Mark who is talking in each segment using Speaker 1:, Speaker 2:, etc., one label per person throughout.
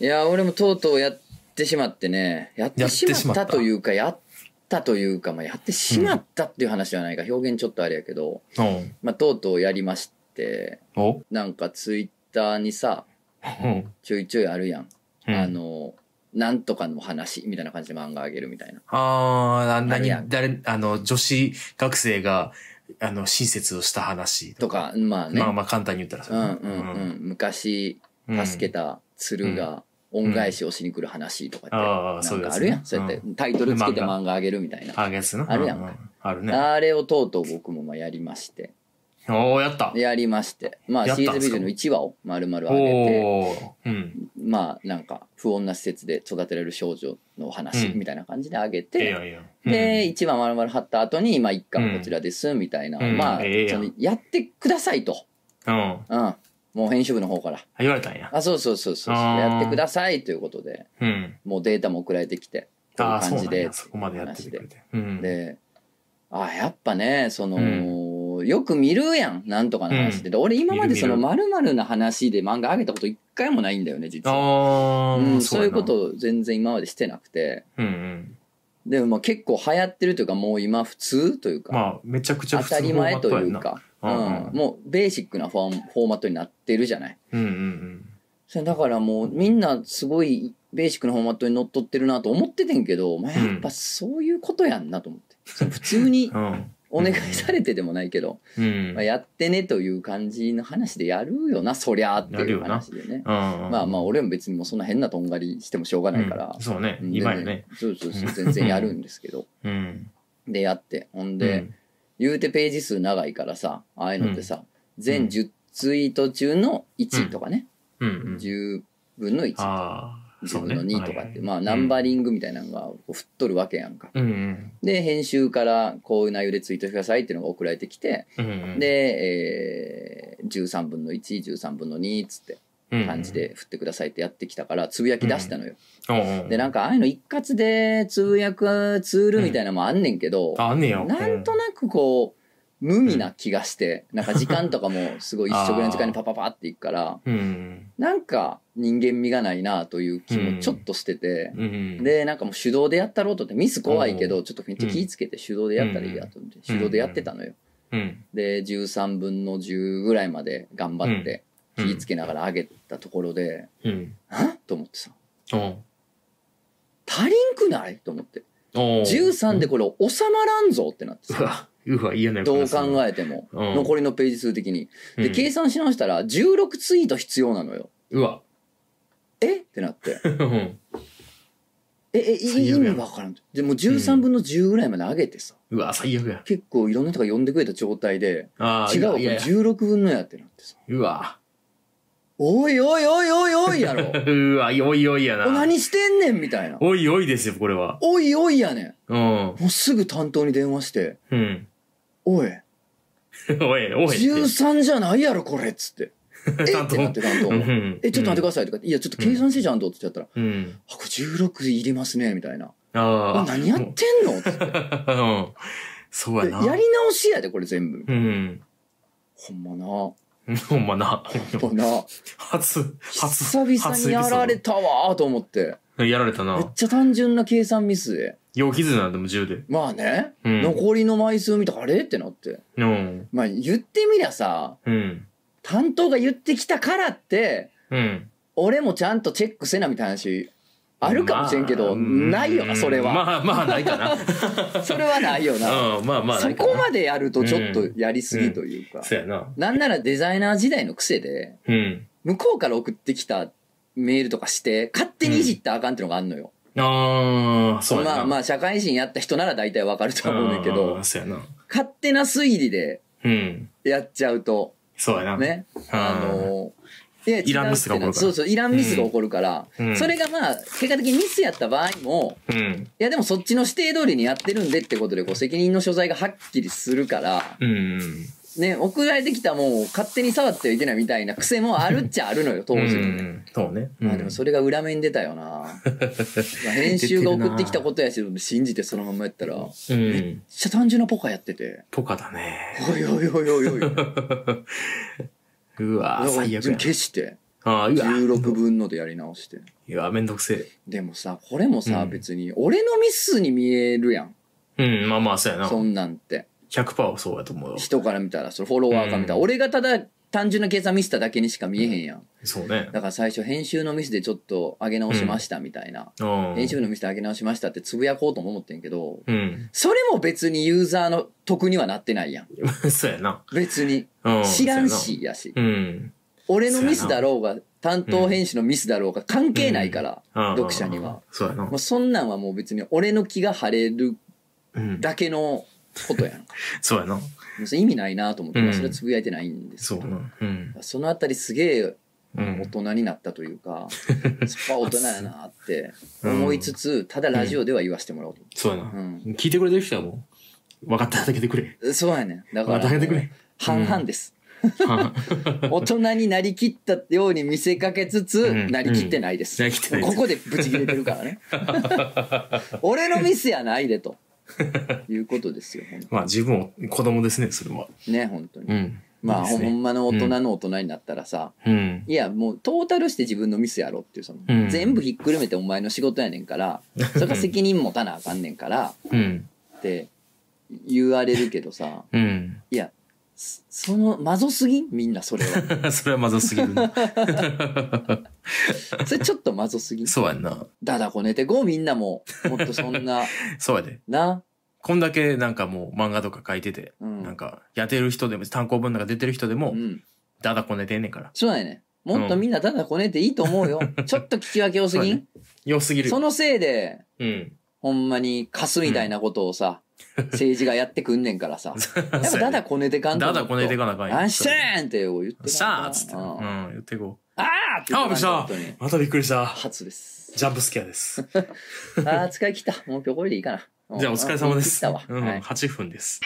Speaker 1: いや、俺もとうとうやってしまってね、やってしまったというか、やったというか、まあ、やってしまったっていう話じゃないか、表現ちょっとあれやけど、
Speaker 2: うん。
Speaker 1: まあ、とうとうやりまして、
Speaker 2: お
Speaker 1: なんかツイッターにさ、
Speaker 2: うん。
Speaker 1: ちょいちょいあるやん。
Speaker 2: うん
Speaker 1: あの、なんとかの話みたいな感じで漫画あげるみたいな。
Speaker 2: あー、あ
Speaker 1: あれや
Speaker 2: 何、誰、あの、女子学生が、あの、親切をした話
Speaker 1: とか、まあね。
Speaker 2: まあまあ簡単に言ったら
Speaker 1: うんうんうん。昔、助け
Speaker 2: け
Speaker 1: た鶴が恩返しをしに来る話とかって、
Speaker 2: うんああ
Speaker 1: なん
Speaker 2: そうで
Speaker 1: か
Speaker 2: す
Speaker 1: ある
Speaker 2: ね
Speaker 1: やん。そうやってタイトルつけて
Speaker 2: 漫画
Speaker 1: 漫画あげるみたいな。
Speaker 2: あ、やつな。
Speaker 1: あるやんか
Speaker 2: ううあるね。
Speaker 1: あれをとうとう僕もまあやりまして。
Speaker 2: おー、やった。
Speaker 1: やりまして。まあ
Speaker 2: やっ
Speaker 1: シ
Speaker 2: た
Speaker 1: ー
Speaker 2: ん
Speaker 1: ズ
Speaker 2: す
Speaker 1: ン
Speaker 2: か
Speaker 1: ビデオの1話を丸々上げて、
Speaker 2: おー。うん。
Speaker 1: まあなんか不穏な施設で育てられる少女のお話
Speaker 2: うん
Speaker 1: みたいな感じで上げ
Speaker 2: ええ
Speaker 1: て、
Speaker 2: やんええやん。
Speaker 1: で、
Speaker 2: うん、
Speaker 1: 1話丸々貼った後に、まあ1巻こちらです、みたいな。
Speaker 2: うん
Speaker 1: まあ、
Speaker 2: ええや
Speaker 1: そ
Speaker 2: ん
Speaker 1: のやってくださいと。
Speaker 2: うん。
Speaker 1: うん。もう編集部の方から。
Speaker 2: 言われたんや。
Speaker 1: あ、そうそうそうそうそう。
Speaker 2: あー
Speaker 1: やってくださいということで、
Speaker 2: うん。
Speaker 1: もうデータも送られてきて、こうい
Speaker 2: あ
Speaker 1: う
Speaker 2: あ、そう
Speaker 1: 感
Speaker 2: な
Speaker 1: じ
Speaker 2: ん
Speaker 1: で
Speaker 2: や。。そこまでやっててくれて。うん。
Speaker 1: で、あ、やっぱね、その、よく見るやん、なんとかの話って。で俺今まで
Speaker 2: 見る
Speaker 1: そ
Speaker 2: 見
Speaker 1: の〇
Speaker 2: る
Speaker 1: 〇な話で漫画上げたこと一回もないんだよね、実
Speaker 2: あ
Speaker 1: は。
Speaker 2: あ、
Speaker 1: うん、
Speaker 2: や
Speaker 1: そう
Speaker 2: な
Speaker 1: いうこ。とを全然今までしてなくて。
Speaker 2: うんうん。
Speaker 1: でもまあ結構流行ってるというか、もう今普通というか。
Speaker 2: まあ、めちゃくちゃ
Speaker 1: 当
Speaker 2: 普通の
Speaker 1: たり
Speaker 2: フォーマ
Speaker 1: 前
Speaker 2: ット
Speaker 1: と
Speaker 2: や
Speaker 1: い
Speaker 2: ん
Speaker 1: う
Speaker 2: な。
Speaker 1: か、う
Speaker 2: フォーマットやなんうんうん
Speaker 1: もうベーシックなフォーフォーマットになってるじゃない。
Speaker 2: うんうんうん。
Speaker 1: それだからもうみんなすごいベーシックなフォーマットにのっとってるなと思っててんけど、まあ、やっぱそういうことやんなと思って。その普通に
Speaker 2: うん。
Speaker 1: お願いされてでもないけど、
Speaker 2: うん。
Speaker 1: まあ、やってねという感じの話でやるよな、そりゃあって
Speaker 2: やる
Speaker 1: いう
Speaker 2: よな
Speaker 1: 話でね。
Speaker 2: うん。
Speaker 1: まあまあ俺も別にもうそんな変なとんがりしてもしょうがないから
Speaker 2: うん。そうね
Speaker 1: う。ん
Speaker 2: 今やね。。
Speaker 1: 全然そうそうそう、全然やるんですけど。
Speaker 2: うん。
Speaker 1: でやって。ほんで、
Speaker 2: うん、
Speaker 1: 言うてページ数長いからさああいうのってさ、全10ツイート中の1とかね、
Speaker 2: うんうん。
Speaker 1: 10分の1、
Speaker 2: ああ、
Speaker 1: 10
Speaker 2: そう
Speaker 1: 分
Speaker 2: ね。
Speaker 1: の2とか
Speaker 2: は
Speaker 1: っ
Speaker 2: い
Speaker 1: て、
Speaker 2: はい
Speaker 1: まあナンバリングみたいなのがこう振っとるわけやんか。
Speaker 2: うんうん。
Speaker 1: で編集からこういう内容でツイートしてくださいっていうのが送られてきて、
Speaker 2: うんうん、
Speaker 1: で、えー13分の113分の2っつって感じで振ってくださいってやってきたからつぶやき出したのよ。
Speaker 2: うんうん。
Speaker 1: でなん
Speaker 2: か、
Speaker 1: かああいうの一括でつぶやくツールみたいなのもあんねんけど、
Speaker 2: あんねや。
Speaker 1: なんとなくこう無味な気がして、なんか時間とかもすごい一緒ぐらいの時間にパパパっていくから
Speaker 2: うん。うん
Speaker 1: なんか人間味がないなという気
Speaker 2: う
Speaker 1: も
Speaker 2: ん
Speaker 1: ちょっとしてて、
Speaker 2: うん。、
Speaker 1: でなんかもう手動でやったろうとってミス怖いけ
Speaker 2: お
Speaker 1: どちょっとめっちゃ気ぃつけて手動でやったらいいやと思って手動でやってたのよ。
Speaker 2: うん。
Speaker 1: で13分の10ぐらいまで頑張って気ぃつけながら上げたところで、
Speaker 2: うん。
Speaker 1: はと思ってさ
Speaker 2: うん。
Speaker 1: 足りんくないと思って
Speaker 2: お
Speaker 1: 13でこれ収まらんぞってなって
Speaker 2: う
Speaker 1: さ
Speaker 2: わ、うわ、嫌な予
Speaker 1: ど
Speaker 2: 感
Speaker 1: う
Speaker 2: する
Speaker 1: 考えても
Speaker 2: うん
Speaker 1: 残りのページ数的に。で、
Speaker 2: うん
Speaker 1: 計算し直したら16ツイート必要なのよ。
Speaker 2: うわ。
Speaker 1: えってな って。
Speaker 2: うん
Speaker 1: え、え、い
Speaker 2: 最
Speaker 1: 意
Speaker 2: 悪やん
Speaker 1: 味わからんと。でもう13分の10ぐらいまで上げてさ、
Speaker 2: うわ、最悪や。
Speaker 1: 結構いろんな人が呼んでくれた状態で、
Speaker 2: ああ、
Speaker 1: 違うわ、こ
Speaker 2: いや
Speaker 1: れ
Speaker 2: いや
Speaker 1: 16分のやってなってさ、
Speaker 2: うわ。
Speaker 1: おいおいおいおいおいやろ。
Speaker 2: うわ、おいおいや
Speaker 1: お
Speaker 2: な。
Speaker 1: 何してんねんみたいな。
Speaker 2: おいおいですよ、これは。
Speaker 1: おいおいやねん。
Speaker 2: うん。
Speaker 1: もうすぐ担当に電話して、
Speaker 2: うん。
Speaker 1: おい、
Speaker 2: おい、おい。
Speaker 1: 13じゃないやろ、これっつ って。えってな
Speaker 2: 担
Speaker 1: っ
Speaker 2: 当
Speaker 1: て担当
Speaker 2: う
Speaker 1: も。
Speaker 2: ん。
Speaker 1: え、ちょっと待ってくださいとか言って、いや、ちょっと計算してちゃんとって言ったら、あ、
Speaker 2: うん。
Speaker 1: これ16いりますね、みたいな。
Speaker 2: あ
Speaker 1: あ
Speaker 2: あ。
Speaker 1: 何やってんのって
Speaker 2: うん。そうやな。
Speaker 1: やり直しやで、これ全部。
Speaker 2: うん。
Speaker 1: ほんまな。
Speaker 2: ほんまな。
Speaker 1: ほんまな。
Speaker 2: 初、
Speaker 1: 久
Speaker 2: 初、
Speaker 1: 々にやられたわーと思って。
Speaker 2: た。やられた
Speaker 1: めっ
Speaker 2: な。
Speaker 1: ちゃ単純な計算ミスで。
Speaker 2: よう気づいたな、でも10で。
Speaker 1: まあね、
Speaker 2: うん
Speaker 1: 残りの枚数見たらあれってなって。
Speaker 2: うん。
Speaker 1: まあ言ってみりゃさ、
Speaker 2: うん。
Speaker 1: 担当が言ってきたからって、
Speaker 2: うん。
Speaker 1: 俺もちゃんとチェックせなみたいな話、あるかもしれんけど、ないよな、それは。
Speaker 2: まあまあ、ないか な。
Speaker 1: それはないよな。
Speaker 2: うん、ま あまあ、
Speaker 1: そ
Speaker 2: ないかな
Speaker 1: こまでやるとちょっとやりすぎというか。
Speaker 2: そうやな。
Speaker 1: なんならデザイナー時代の癖で、
Speaker 2: うん。
Speaker 1: 向こうから送ってきたメールとかして、勝手にいじったらあかんってのがあんのよ。
Speaker 2: ああ、そうやな。
Speaker 1: まあまあ、社会人やった人なら大体わかると思うんだけ
Speaker 2: あ
Speaker 1: ど
Speaker 2: ー、そうやな。
Speaker 1: 勝手な推理で
Speaker 2: うん。
Speaker 1: やっちゃうと、
Speaker 2: そうやな。。
Speaker 1: ね、あのー、いや
Speaker 2: イランミスが起こ
Speaker 1: 違うってな
Speaker 2: るから
Speaker 1: そうそう、イランミスが起こるから、
Speaker 2: うん
Speaker 1: それがまあ、結果的にミスやった場合も、
Speaker 2: うん。
Speaker 1: いやでもそっちの指定通りにやってるんでってことで、こう、責任の所在がはっきりするから、
Speaker 2: うんうん。
Speaker 1: ね、送られてきたもんを勝手に触ってはいけないみたいな癖もあるっちゃあるのよ、当
Speaker 2: う
Speaker 1: 時。
Speaker 2: ん。そうね。
Speaker 1: まあでもそれが裏目に出たよ な。まあ編集が送ってきたことやし、信じてそのまんまやったら、めっ
Speaker 2: れ。うん。
Speaker 1: ちゃ単純なポカやってて。
Speaker 2: ポカだね。
Speaker 1: おいおいおいおいおい。
Speaker 2: うわ、最悪や
Speaker 1: 消して。
Speaker 2: な。ああ、うわ。
Speaker 1: 16分のでやり直して。
Speaker 2: いや、めんどくせ
Speaker 1: でもさ、これもさ、
Speaker 2: うん
Speaker 1: 別に、俺のミスに見えるやん。
Speaker 2: え。うん、まあまあ、そうやな。
Speaker 1: そんなんって。
Speaker 2: 100%はそうやと思うよ。
Speaker 1: 人から見たら、それフォロワーから見たら、
Speaker 2: うん
Speaker 1: 俺がただ単純な計算ミスっただけにしか見えへんやん。
Speaker 2: そうね。
Speaker 1: だから最初、編集のミスでちょっと上げ直しましたみたいな。
Speaker 2: うん。
Speaker 1: 編集部のミスで上げ直しましたってつぶやこうとも思ってんけど、
Speaker 2: うん。
Speaker 1: それも別にユーザーの得にはなってないやん。
Speaker 2: そうやな。
Speaker 1: 別に。
Speaker 2: うん。
Speaker 1: 知らんしやし。
Speaker 2: そうやな。うん。
Speaker 1: 俺のミスだろうが、担当編集のミスだろうが関係ないから。
Speaker 2: ああ
Speaker 1: 読者には。
Speaker 2: そうやな
Speaker 1: もう。そんなんはもう別に俺の気が晴れる
Speaker 2: うん。
Speaker 1: だけのことやん。も
Speaker 2: そうやな。
Speaker 1: うそれ意味ないなと思って、
Speaker 2: うん
Speaker 1: それはつぶやいてないんです
Speaker 2: そ
Speaker 1: け
Speaker 2: う
Speaker 1: ど
Speaker 2: やな。うん。
Speaker 1: そのあたりすげえ
Speaker 2: う
Speaker 1: 大
Speaker 2: ん。
Speaker 1: 人になったという か、そこは大人やなって思いつつ、ただラジオでは言わせてもらおうと。
Speaker 2: そうやな
Speaker 1: う。ん
Speaker 2: 聞いてくれてる人はもう、分かったらだけでくれ。
Speaker 1: そうやねん。だか
Speaker 2: 分からっただけでくれ。
Speaker 1: 半々です。
Speaker 2: は
Speaker 1: 大人になりきったように見せかけつつ、
Speaker 2: うん
Speaker 1: なりきってないです。
Speaker 2: なりきってないです
Speaker 1: ここでブチ切れてるから ね。俺のミスやないでと。いうことですよ。ほん
Speaker 2: まあ、自分を、子供ですね、それは。
Speaker 1: とね、本当に。
Speaker 2: うん。
Speaker 1: まあ、
Speaker 2: いいです
Speaker 1: ほ
Speaker 2: ね
Speaker 1: んまの大人の大人になったらさ、
Speaker 2: うん。
Speaker 1: いや、もうトータルして自分のミスやろっていう、その、
Speaker 2: うん
Speaker 1: 全部ひっくるめてお前の仕事やねん から、それが責任持たなあかんねんから、
Speaker 2: うん。
Speaker 1: って言われるけどさ、
Speaker 2: うん。
Speaker 1: いや、そその、まぞすぎんみんなそれは。
Speaker 2: それはまずすぎるな。
Speaker 1: それちょっとまぞすぎん
Speaker 2: そうやんな。
Speaker 1: だだこねてこうみんなももっとそんな
Speaker 2: そうやで。
Speaker 1: な、
Speaker 2: こんだけなんかもう漫画とか書いてて、
Speaker 1: うん、
Speaker 2: なんかやってる人でも、単行本なんか出てる人でも
Speaker 1: う、ん、
Speaker 2: だだこねてんねんから。
Speaker 1: そうやねもっとみんなだだこねていいと思うよ、ちょっと聞き分け多すぎん
Speaker 2: 良すぎ
Speaker 1: そ,、
Speaker 2: るよ。
Speaker 1: のせいで
Speaker 2: うん。
Speaker 1: ほんまにカスみたいなことをさ、政治がやってくんねんから さやっぱだだこねてかんと
Speaker 2: だだこねてい
Speaker 1: か
Speaker 2: かなあかんよ
Speaker 1: 何してんって言ってかんと
Speaker 2: しゃーっつって。う
Speaker 1: うんん、あ
Speaker 2: 言っていこう。
Speaker 1: ーって言ってかんと本
Speaker 2: あー
Speaker 1: 当に
Speaker 2: またびっくりした。
Speaker 1: 初です
Speaker 2: ジャンプスケアです。
Speaker 1: あー使い切ったもう今日これでいいかなうん
Speaker 2: じゃあお疲れ様です。
Speaker 1: うん切った
Speaker 2: う
Speaker 1: わ、
Speaker 2: ん、
Speaker 1: はい
Speaker 2: 8分です。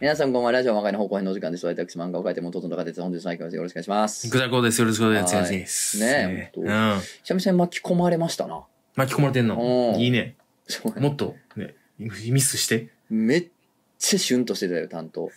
Speaker 1: 皆さんこんばんはラジオ魔界の方向編のお時間です私漫画を描いて元と中哲本日の相手ですよろしくお願いします
Speaker 2: グザコです。よろしくお願いし
Speaker 1: はい
Speaker 2: ます。
Speaker 1: ねえ
Speaker 2: う
Speaker 1: 本
Speaker 2: ん
Speaker 1: 当。久々に巻き込まれましたな。
Speaker 2: 巻き込まれてん
Speaker 1: おー。
Speaker 2: のいいね。
Speaker 1: そうね
Speaker 2: もっと、ね、ミスして。
Speaker 1: めっちゃシュンとしてたよ、担当。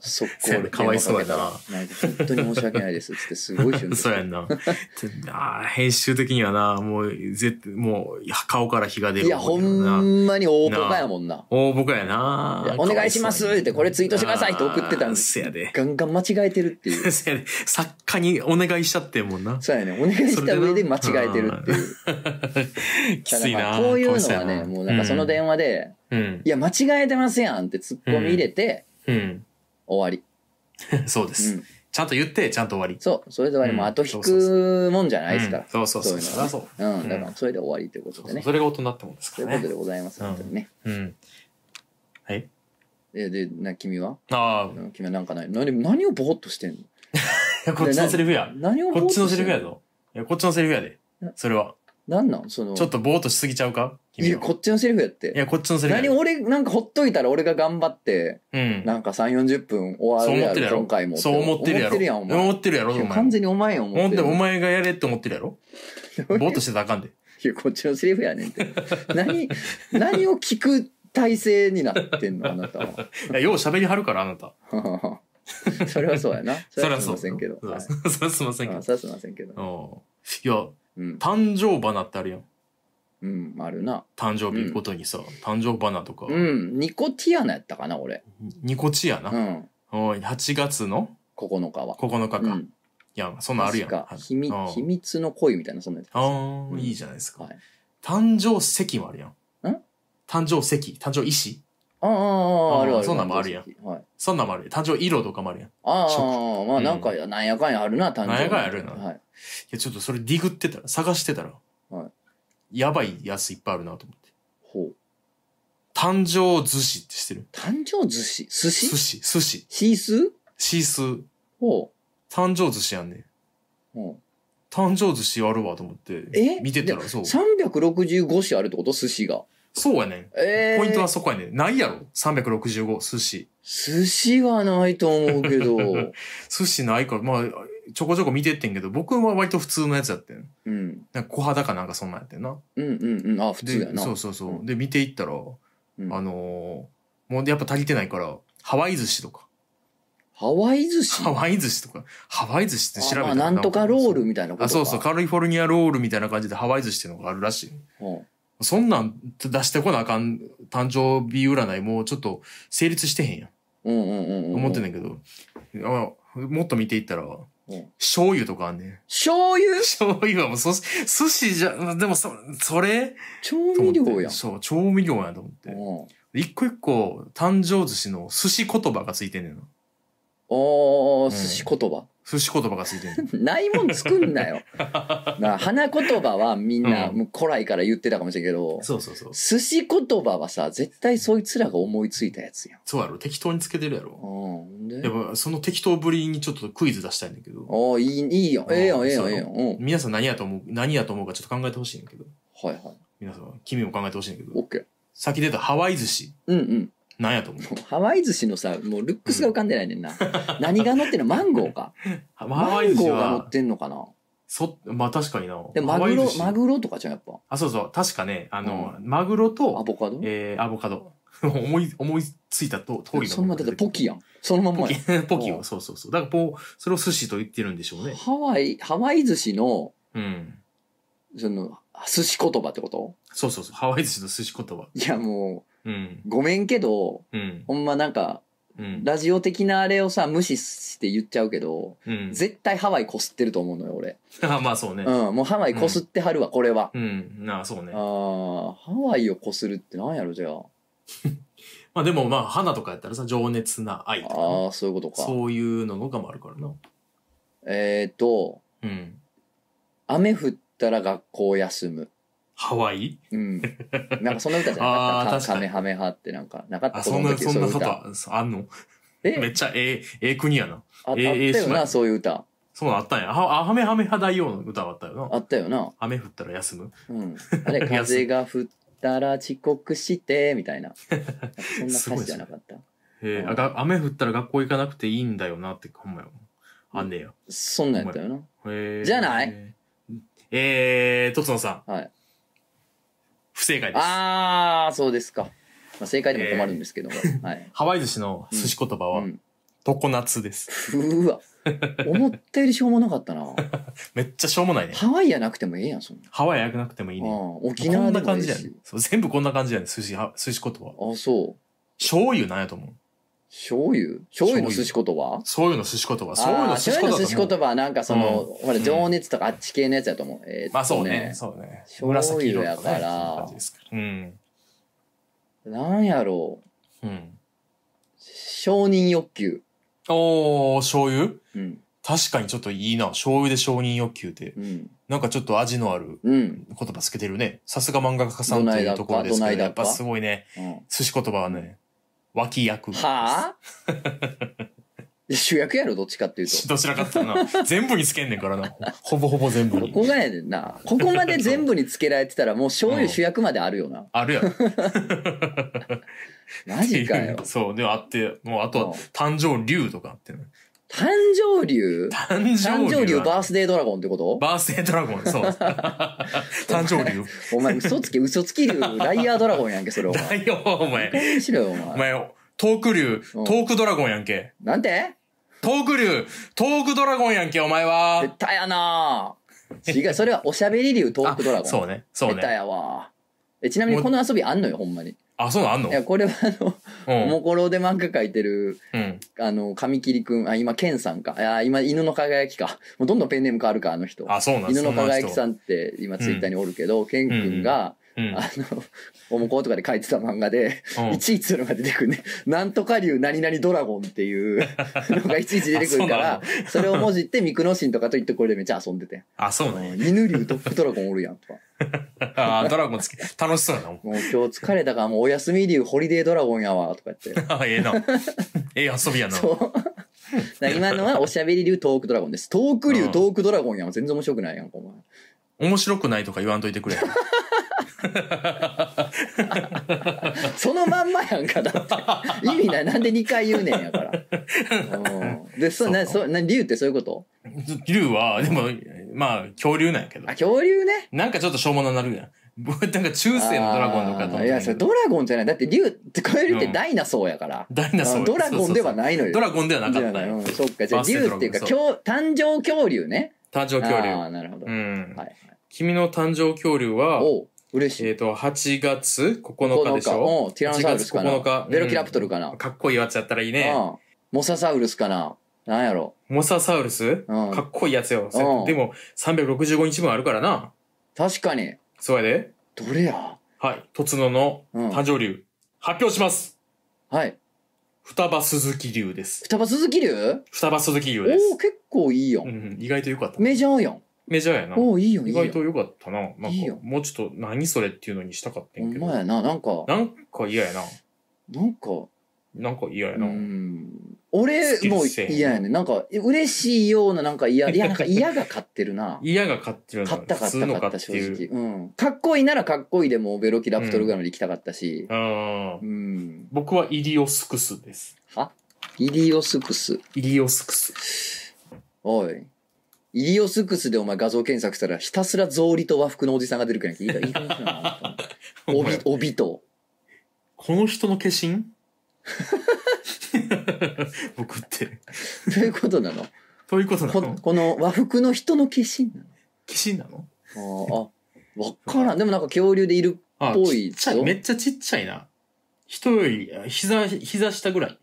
Speaker 1: 速攻
Speaker 2: そうや
Speaker 1: で
Speaker 2: なかわいそうやな
Speaker 1: 電話かけたら。んか本当に申し訳ないです。つって、すごいシュンとして
Speaker 2: そうやん な。あー編集的にはな、もう、ぜもう、顔から火が出る。
Speaker 1: いや、ほんまに大ポカやもんな。
Speaker 2: 大僕やない
Speaker 1: やお願いしますってこれツイートしてくださいって送ってたんです
Speaker 2: せやで。
Speaker 1: ガンガン間違えてるっていう。
Speaker 2: せやで。作家にお願いしちゃってんもんな。
Speaker 1: そうやね。 お願いした上で間違えてるっていう。
Speaker 2: きつい
Speaker 1: だから
Speaker 2: な。
Speaker 1: こういう
Speaker 2: し
Speaker 1: の
Speaker 2: た
Speaker 1: は
Speaker 2: な
Speaker 1: ね、もうなんかその電話で、
Speaker 2: うん。
Speaker 1: いや、間違えてますやんって突っ込み入れて、
Speaker 2: うん。
Speaker 1: 終わ
Speaker 2: うんそうで
Speaker 1: り。う
Speaker 2: す。
Speaker 1: ん。
Speaker 2: ちゃんと言って、ちゃんと終わり。
Speaker 1: そう。それで終わり。もう後引くもんじゃないですから。
Speaker 2: うんそうそうそう。
Speaker 1: そういうのはね
Speaker 2: そう
Speaker 1: うん。だから、それで終わりということ
Speaker 2: そう
Speaker 1: で
Speaker 2: そう
Speaker 1: ね。
Speaker 2: それが大人ってもんです
Speaker 1: と
Speaker 2: か
Speaker 1: いう
Speaker 2: ら
Speaker 1: こと
Speaker 2: ね。
Speaker 1: でございます。
Speaker 2: うん
Speaker 1: 本当にね。
Speaker 2: うん。はい。
Speaker 1: え、で、な、君は
Speaker 2: あ
Speaker 1: うん君はなんかない。何、何をぼーっとしてんの
Speaker 2: あ、こっちのセリフや。
Speaker 1: 何をぼー
Speaker 2: こ
Speaker 1: と
Speaker 2: っ
Speaker 1: し
Speaker 2: ち
Speaker 1: てん
Speaker 2: のセリフやぞ。いや、こっちのセリフやで。それは。
Speaker 1: 何なんその。
Speaker 2: ちょっとぼーっとしすぎちゃうか
Speaker 1: い
Speaker 2: 君
Speaker 1: や、
Speaker 2: は。
Speaker 1: こっちのセリフやっ
Speaker 2: い
Speaker 1: て。
Speaker 2: や、こっちのセリフや
Speaker 1: 何
Speaker 2: で。
Speaker 1: 俺、なんかほっといたら俺が頑張って、
Speaker 2: うん。
Speaker 1: なんか3、40分終わる
Speaker 2: そう思ってる
Speaker 1: や
Speaker 2: や
Speaker 1: ろ、
Speaker 2: ろ
Speaker 1: 今回も。
Speaker 2: そう思ってるや
Speaker 1: 思
Speaker 2: ろ。
Speaker 1: ってるやん、お前。
Speaker 2: 思ってるやろ、お
Speaker 1: いや
Speaker 2: 前。
Speaker 1: 完全にお前や思
Speaker 2: 思
Speaker 1: っ
Speaker 2: ってて
Speaker 1: る。
Speaker 2: お前がやれって思ってるやろ。ぼーっとしてたらあかんで。
Speaker 1: いや、こっちのセリフやねん って。何、何を聞く体制になってんの、あなた
Speaker 2: いや、よう喋りはるから、あなた。
Speaker 1: は。それは そうやな。
Speaker 2: そりゃ
Speaker 1: すい
Speaker 2: そ
Speaker 1: ま
Speaker 2: う。
Speaker 1: せんけど。
Speaker 2: そり
Speaker 1: は
Speaker 2: ゃ
Speaker 1: い
Speaker 2: そうそりゃすいませんけ
Speaker 1: あ
Speaker 2: ど
Speaker 1: それはすいませんけど。。
Speaker 2: うんいや、
Speaker 1: うん。
Speaker 2: 誕生花ってあるやん。
Speaker 1: うん、あるな。
Speaker 2: 誕生日ごとにさ、誕生花とか、
Speaker 1: うん、ニコティアナやったかな、俺。
Speaker 2: ニコチやな。
Speaker 1: うん、
Speaker 2: おい8月の
Speaker 1: 9日は。
Speaker 2: 9日か。
Speaker 1: うん、
Speaker 2: やん、そんなんあるやん。
Speaker 1: 確か秘密
Speaker 2: うん
Speaker 1: 秘密の恋みたいな、そんなやつ。
Speaker 2: あ
Speaker 1: は
Speaker 2: ー
Speaker 1: うん
Speaker 2: いいじゃないですか。
Speaker 1: い。
Speaker 2: 誕生石もあるやん。
Speaker 1: ん
Speaker 2: 誕生石、誕生石。
Speaker 1: ああ、ああ、あるある。
Speaker 2: そんなんもあるや
Speaker 1: ん。はい。
Speaker 2: そんなんもあるやん。誕生色とかもあるやん。い
Speaker 1: あ
Speaker 2: ショ
Speaker 1: あ、まあ
Speaker 2: うん
Speaker 1: なんか、なんやかんやあるな、誕生日
Speaker 2: なんやかんやあるな
Speaker 1: はい。
Speaker 2: や、ちょっとそれディグってたら、探してたら、
Speaker 1: は
Speaker 2: やばいやついっぱいあるなと思って。
Speaker 1: ほう。
Speaker 2: 誕生寿司って知ってる
Speaker 1: 誕生寿司寿
Speaker 2: 寿
Speaker 1: 司
Speaker 2: 司、寿司、
Speaker 1: シース
Speaker 2: シースー。
Speaker 1: ほ
Speaker 2: 誕生寿司やんね。
Speaker 1: う。うん
Speaker 2: 誕生寿司あるわと思って
Speaker 1: え、
Speaker 2: 見てたら、そう。
Speaker 1: 365種あるってこと寿司が。
Speaker 2: そうやね
Speaker 1: え
Speaker 2: ん。
Speaker 1: ー、
Speaker 2: ポイントはそこやねん。ないやろ ?365 寿司。
Speaker 1: 寿司はないと思うけ ど、
Speaker 2: 寿司ないから、まあ、ちょこちょこ見てってんけど、僕は割と普通のやつやってん。
Speaker 1: うん、
Speaker 2: なんか小肌かなんかそんなんやってんな。
Speaker 1: うんうんうんあ普通や
Speaker 2: で
Speaker 1: な
Speaker 2: そうそうそう。
Speaker 1: うん
Speaker 2: で、見ていったら、
Speaker 1: うん
Speaker 2: あのーもうやっぱ足りてないから、ハワイ寿司とか。
Speaker 1: ハワイ寿司
Speaker 2: ハワイ寿司とか。ハワイ寿司って調べ
Speaker 1: あ
Speaker 2: た
Speaker 1: ま
Speaker 2: ら
Speaker 1: あなんとかロールみたいなことか
Speaker 2: あ、そうそう、カリフォルニアロールみたいな感じでハワイ寿司っていうのがあるらしい。
Speaker 1: うん
Speaker 2: そんなん出してこなあかん誕生日占いもうちょっと成立してへんやん。
Speaker 1: うんうんうんうん
Speaker 2: 思ってんだけど、あもっと見ていったら、
Speaker 1: ん
Speaker 2: 醤油とかあんね ん。
Speaker 1: 醤油
Speaker 2: 醤油はもうそ、寿司じゃ、でもそ、それ
Speaker 1: 調
Speaker 2: と思
Speaker 1: 味
Speaker 2: って
Speaker 1: 料やん
Speaker 2: そう、調味料やと思って。
Speaker 1: うん
Speaker 2: 一個一個、誕生寿司の寿司言葉がついてんねんな。
Speaker 1: お
Speaker 2: ん
Speaker 1: ー寿司言葉、
Speaker 2: 寿司言葉がついてんねん。
Speaker 1: ないもん作ん なよな花言葉はみんな、
Speaker 2: うん
Speaker 1: もう古来から言ってたかもしれんけど
Speaker 2: そうそうそう。
Speaker 1: 寿司言葉はさ絶対そいつらが思いついたやつやん
Speaker 2: そうやろ適当につけてるや
Speaker 1: うん
Speaker 2: ろ
Speaker 1: ほんで
Speaker 2: やっぱその適当ぶりにちょっとクイズ出したいんだけど、
Speaker 1: おーいいいいよ
Speaker 2: うん
Speaker 1: ええやんええや
Speaker 2: そ
Speaker 1: ん
Speaker 2: う
Speaker 1: ええやんうん
Speaker 2: 皆さん何やと思う、何やと思うかちょっと考えてほしいんだけど、
Speaker 1: はいはい
Speaker 2: 皆さん、君も考えてほしいんだけ
Speaker 1: オ
Speaker 2: ど、
Speaker 1: ッケー
Speaker 2: 先出たハワイ寿司、
Speaker 1: うんうん
Speaker 2: 何やと思う
Speaker 1: もうハワイ寿司のさもうルックスが浮かんでないね んな何が乗ってんのマンゴーか
Speaker 2: ハ
Speaker 1: マ
Speaker 2: ワイ
Speaker 1: ン
Speaker 2: 寿司
Speaker 1: ゴーが乗
Speaker 2: は
Speaker 1: っ、てんのかな
Speaker 2: そ、まあ確かにな。
Speaker 1: で
Speaker 2: ハ
Speaker 1: マ
Speaker 2: ワ
Speaker 1: グ
Speaker 2: イ寿
Speaker 1: ロ
Speaker 2: 司
Speaker 1: マグロとかじゃんやっぱ
Speaker 2: あ、そうそう。確かね、あの、マグロ
Speaker 1: ア
Speaker 2: と、
Speaker 1: ボカド
Speaker 2: えー、アボカド。 思い、思いついたと通りの
Speaker 1: そのままだってポキやんそのまん
Speaker 2: ポ
Speaker 1: ま
Speaker 2: キ
Speaker 1: やん。
Speaker 2: ポキ
Speaker 1: う
Speaker 2: を、
Speaker 1: ん
Speaker 2: そうそうそう。だから、ポそれを寿司と言ってるんでしょうね。
Speaker 1: ハワイハワイ寿司の
Speaker 2: うん。
Speaker 1: その寿司言葉ってこと
Speaker 2: そうそうそう。ハワイ寿司の寿司言葉。
Speaker 1: いやも
Speaker 2: うん。
Speaker 1: うごめんけど
Speaker 2: うん。
Speaker 1: ほんまなんか
Speaker 2: うん。
Speaker 1: ラジオ的なあれをさ無視して言っちゃうけど
Speaker 2: うん。
Speaker 1: 絶対ハワイこすってると思うのよ俺
Speaker 2: あ まあそうね。
Speaker 1: うんもうハワイこすってはるわこれは
Speaker 2: うん。なあ、そうね
Speaker 1: あ。ーハワイをこするってなんやろじゃあ
Speaker 2: まあでも、まあ、花とかやったらさ、情熱な愛とかね、
Speaker 1: ああそういうことか
Speaker 2: そういうののがもあるからな。
Speaker 1: えっと
Speaker 2: うん。
Speaker 1: 雨降ったら学校休む
Speaker 2: ハワイ
Speaker 1: うんなんかそんな歌じゃなかった
Speaker 2: あー
Speaker 1: か
Speaker 2: 確か
Speaker 1: カ
Speaker 2: に
Speaker 1: メハメハってなんかなかった
Speaker 2: あ、
Speaker 1: 子
Speaker 2: そん
Speaker 1: 供の
Speaker 2: な、
Speaker 1: 時
Speaker 2: そん
Speaker 1: い
Speaker 2: な
Speaker 1: う
Speaker 2: こ
Speaker 1: 歌
Speaker 2: とああんの
Speaker 1: え
Speaker 2: めっちゃええ、ええ国やな。
Speaker 1: ああった
Speaker 2: ええ
Speaker 1: よ
Speaker 2: 島
Speaker 1: なそういう歌
Speaker 2: そうなんあったんや。あ、あはめはめは大王の歌はあったよな。
Speaker 1: あったよな
Speaker 2: 雨降ったら休む。
Speaker 1: うん、あ れ風が降ったら遅刻してみたいななんかそんな歌詞じゃなかった
Speaker 2: へえ、
Speaker 1: うん
Speaker 2: あが雨降ったら学校行かなくていいんだよなって、ほんまよ。あんねや。
Speaker 1: そんなんやったよな
Speaker 2: へえ。
Speaker 1: じゃない
Speaker 2: えー、とつのさん。
Speaker 1: はい
Speaker 2: 不正解です。
Speaker 1: ああそうですか、まあ、正解でも困るんですけども、はい、
Speaker 2: ハワイ寿司の寿司言葉
Speaker 1: う
Speaker 2: は、
Speaker 1: ん、
Speaker 2: 常夏です。
Speaker 1: ふうわ思ったよりしょうもなかった な
Speaker 2: めっちゃしょうもないね。
Speaker 1: ハワイやなくてもええやんそんな
Speaker 2: ハワイ焼くなくてもいいね。
Speaker 1: あー沖
Speaker 2: こ
Speaker 1: 縄
Speaker 2: ん
Speaker 1: で
Speaker 2: な
Speaker 1: もえ
Speaker 2: 感
Speaker 1: え
Speaker 2: じやね
Speaker 1: し。
Speaker 2: そう、全部こんな感じやね。寿司は、寿司言葉。
Speaker 1: あそう
Speaker 2: 醤油なんやと思う。
Speaker 1: 醤油醤油の寿司言葉
Speaker 2: 醤油の寿司言葉。醤油
Speaker 1: あー
Speaker 2: の寿司
Speaker 1: 醤油の寿
Speaker 2: 言葉だと
Speaker 1: 司
Speaker 2: 思
Speaker 1: 言
Speaker 2: う。
Speaker 1: 葉はなんかその、ほら情熱とかあっち系のやつやと思う、えーっと
Speaker 2: まあそうね。そうね。
Speaker 1: 醤油
Speaker 2: 紫色と
Speaker 1: や
Speaker 2: ね
Speaker 1: から
Speaker 2: そういう感じですからうん。
Speaker 1: なんやろう
Speaker 2: うん。
Speaker 1: 承認欲求
Speaker 2: おー、醤油
Speaker 1: うん
Speaker 2: 確かにちょっといいな。醤油で承認欲求って。
Speaker 1: うん
Speaker 2: なんかちょっと味のある
Speaker 1: うん、
Speaker 2: 言葉つけてるね。さすが漫画家さんというところです
Speaker 1: どな
Speaker 2: け
Speaker 1: い
Speaker 2: ど、
Speaker 1: だ
Speaker 2: や
Speaker 1: っ
Speaker 2: ったぱすごいね。
Speaker 1: うん、
Speaker 2: 寿司言葉はね、脇役。
Speaker 1: は あ主役やろどっちかっていうと
Speaker 2: どちらかって言ったらな。全部につけんねんからな。ほぼほぼ全部
Speaker 1: こ
Speaker 2: に。
Speaker 1: こがやねんなここまで全部につけられてたらもう醤油主役まであるよな、
Speaker 2: あるやろ。
Speaker 1: マジかよ
Speaker 2: そう。で、あって、もうあ
Speaker 1: うん
Speaker 2: とは、誕生竜とかあってね。
Speaker 1: 誕生竜
Speaker 2: 誕
Speaker 1: 誕生
Speaker 2: 生竜
Speaker 1: 竜
Speaker 2: は。
Speaker 1: バースデードラゴンってこと
Speaker 2: バースデードラゴン、 そう。誕生竜。
Speaker 1: お前嘘つき嘘つき竜ライアードラゴンやんけそれお 前
Speaker 2: だよ、お前。
Speaker 1: 面白いよお
Speaker 2: お
Speaker 1: 前
Speaker 2: 前、トーク竜、
Speaker 1: う
Speaker 2: ト
Speaker 1: ん
Speaker 2: ークドラゴンやんけ。
Speaker 1: なんて
Speaker 2: トーク竜、トークドラゴンやんけ、お前は
Speaker 1: 絶。対やな違うそれはおしゃべり竜トークドラゴン
Speaker 2: あそうね、そう
Speaker 1: 下手
Speaker 2: ね。
Speaker 1: やわえちなみにこの遊びあんのよほんまにい
Speaker 2: あ、そうなんの
Speaker 1: やこれはあの
Speaker 2: う
Speaker 1: お
Speaker 2: ん。
Speaker 1: もころで漫画描いてる
Speaker 2: うん。
Speaker 1: あの、神切くん、あ、今、ケンさんか。あ、今、犬の輝きか。もうどんどんペンネーム変わるか、あの人。
Speaker 2: あ、そうなん
Speaker 1: 犬の輝きさ
Speaker 2: ん。
Speaker 1: んって、今、ツイッターにおるけど、ケンくんが、
Speaker 2: その人
Speaker 1: あの、 おもこうとかで書いてた漫画で、
Speaker 2: うん。
Speaker 1: いちいちそれが出てくるね。 なんとか竜何々ドラゴンっていう のがいちいち出てくるから
Speaker 2: あ、
Speaker 1: それをもじって、ミクノシンとかと言ってこれでめっちゃ遊んでて。
Speaker 2: あ、 そう なんや。
Speaker 1: 犬竜トップドラゴンおるやんとか。
Speaker 2: あ、ドラゴンつけ、楽しそうやな。
Speaker 1: もう今日疲れたから、もうお休み竜ホリデードラゴンやわ、とか言って。
Speaker 2: あええ な。ええ遊びやな。
Speaker 1: そう。 だから今のはおしゃべり流トークドラゴンです。トーク流
Speaker 2: うん
Speaker 1: トークドラゴンやん。全然面白くないやんか、お前。
Speaker 2: 面白くないとか言わんといてくれ。
Speaker 1: そのまんまやんか、だ って。意味ない。なんで2回言うねんやから。うんで、そ、
Speaker 2: そう
Speaker 1: な、そ、な、理由ってそういうこと
Speaker 2: 竜は、でも、まあ、恐竜なんやけど
Speaker 1: あ、。恐竜ね。
Speaker 2: なんかちょっとしょうもななるやん。 僕なんか中世のドラゴンとかと思
Speaker 1: あ
Speaker 2: った
Speaker 1: ー
Speaker 2: ん
Speaker 1: い
Speaker 2: や
Speaker 1: や、
Speaker 2: け
Speaker 1: そ
Speaker 2: ど
Speaker 1: れドラゴンじゃない。だって竜って恐竜って
Speaker 2: うん
Speaker 1: ダイナソーやから。
Speaker 2: ダイナソー
Speaker 1: あドラゴンではないのよ。
Speaker 2: ドラゴンではなかった
Speaker 1: じゃあ
Speaker 2: よ
Speaker 1: うん。そっか、じゃあ
Speaker 2: バスケ
Speaker 1: 竜
Speaker 2: ドラ
Speaker 1: っ
Speaker 2: ゴン
Speaker 1: ていうか、
Speaker 2: そう
Speaker 1: 恐誕生恐竜ね。
Speaker 2: 誕生恐
Speaker 1: あ
Speaker 2: 竜。
Speaker 1: あ、なるほど。
Speaker 2: う
Speaker 1: はい
Speaker 2: ん
Speaker 1: は。い。
Speaker 2: 君の誕生恐竜は、
Speaker 1: おう嬉しい。
Speaker 2: えっと、8月9日
Speaker 1: 9
Speaker 2: でし
Speaker 1: 日。
Speaker 2: ょ
Speaker 1: おうティラノサウルスか
Speaker 2: 8月9
Speaker 1: な
Speaker 2: 日。
Speaker 1: ベロキラプトルかな。
Speaker 2: かっこいいやつやったらいいね。
Speaker 1: うんモササウルスかな。なんやろ。
Speaker 2: モササウルス
Speaker 1: うん
Speaker 2: かっこいいやつよ。
Speaker 1: うん
Speaker 2: でも、365日分あるからな。
Speaker 1: 確かに。
Speaker 2: そうやで。
Speaker 1: どれや
Speaker 2: はい。とつのの
Speaker 1: うん
Speaker 2: 誕生竜。発表します
Speaker 1: はい。
Speaker 2: 双葉鈴木竜です。
Speaker 1: 双葉鈴木竜
Speaker 2: 双葉鈴木
Speaker 1: お
Speaker 2: 竜
Speaker 1: お
Speaker 2: で
Speaker 1: ー
Speaker 2: す。
Speaker 1: 結構いいや。
Speaker 2: うんん、意外とよかった。
Speaker 1: メジャーやん。
Speaker 2: メジャーやな。
Speaker 1: おおいいやん、い
Speaker 2: 意
Speaker 1: いや
Speaker 2: 外と
Speaker 1: ん。
Speaker 2: よかったな。なんか
Speaker 1: いいよ
Speaker 2: もうちょっと何それっていうのにしたかった
Speaker 1: ほ
Speaker 2: んや
Speaker 1: ん
Speaker 2: け
Speaker 1: ま
Speaker 2: ど。
Speaker 1: やな。なんか、
Speaker 2: なんか嫌やな。
Speaker 1: なんか、
Speaker 2: なんか嫌や
Speaker 1: う
Speaker 2: な。
Speaker 1: ん。俺
Speaker 2: 好き
Speaker 1: も
Speaker 2: ですね
Speaker 1: 嫌やね。なんか、嬉しいような、なんか嫌、いや、なんか嫌が勝ってるな。
Speaker 2: 嫌が勝ってるの
Speaker 1: 勝った
Speaker 2: 普
Speaker 1: 勝っ
Speaker 2: 通
Speaker 1: た
Speaker 2: の
Speaker 1: 勝っ
Speaker 2: 勝
Speaker 1: た
Speaker 2: って
Speaker 1: 正
Speaker 2: いう。
Speaker 1: 直。うん。かっこいいならかっこいいでもベロキラプトルぐらいまで行きたかったし。
Speaker 2: あー
Speaker 1: うん。
Speaker 2: 僕はイリオスクスです。
Speaker 1: はイリオスクス。
Speaker 2: イリオスクス。
Speaker 1: おい。イリオスクスでお前画像検索したらひたすら草履と和服のおじさんが出るくらいいいかいいかげんにしろよ本当 に帯、帯と。
Speaker 2: この人の化身 僕って。
Speaker 1: そういうことなの
Speaker 2: どういう ことなの
Speaker 1: こ
Speaker 2: 化
Speaker 1: この和服の人の化身な
Speaker 2: 身なの
Speaker 1: のあーあ、わからん。でもなんか恐竜でいる。
Speaker 2: あ
Speaker 1: ぽ
Speaker 2: ち
Speaker 1: い
Speaker 2: っちゃい。
Speaker 1: ぞ
Speaker 2: めっちゃちっちゃいな。人より、あ膝、膝下ぐらい。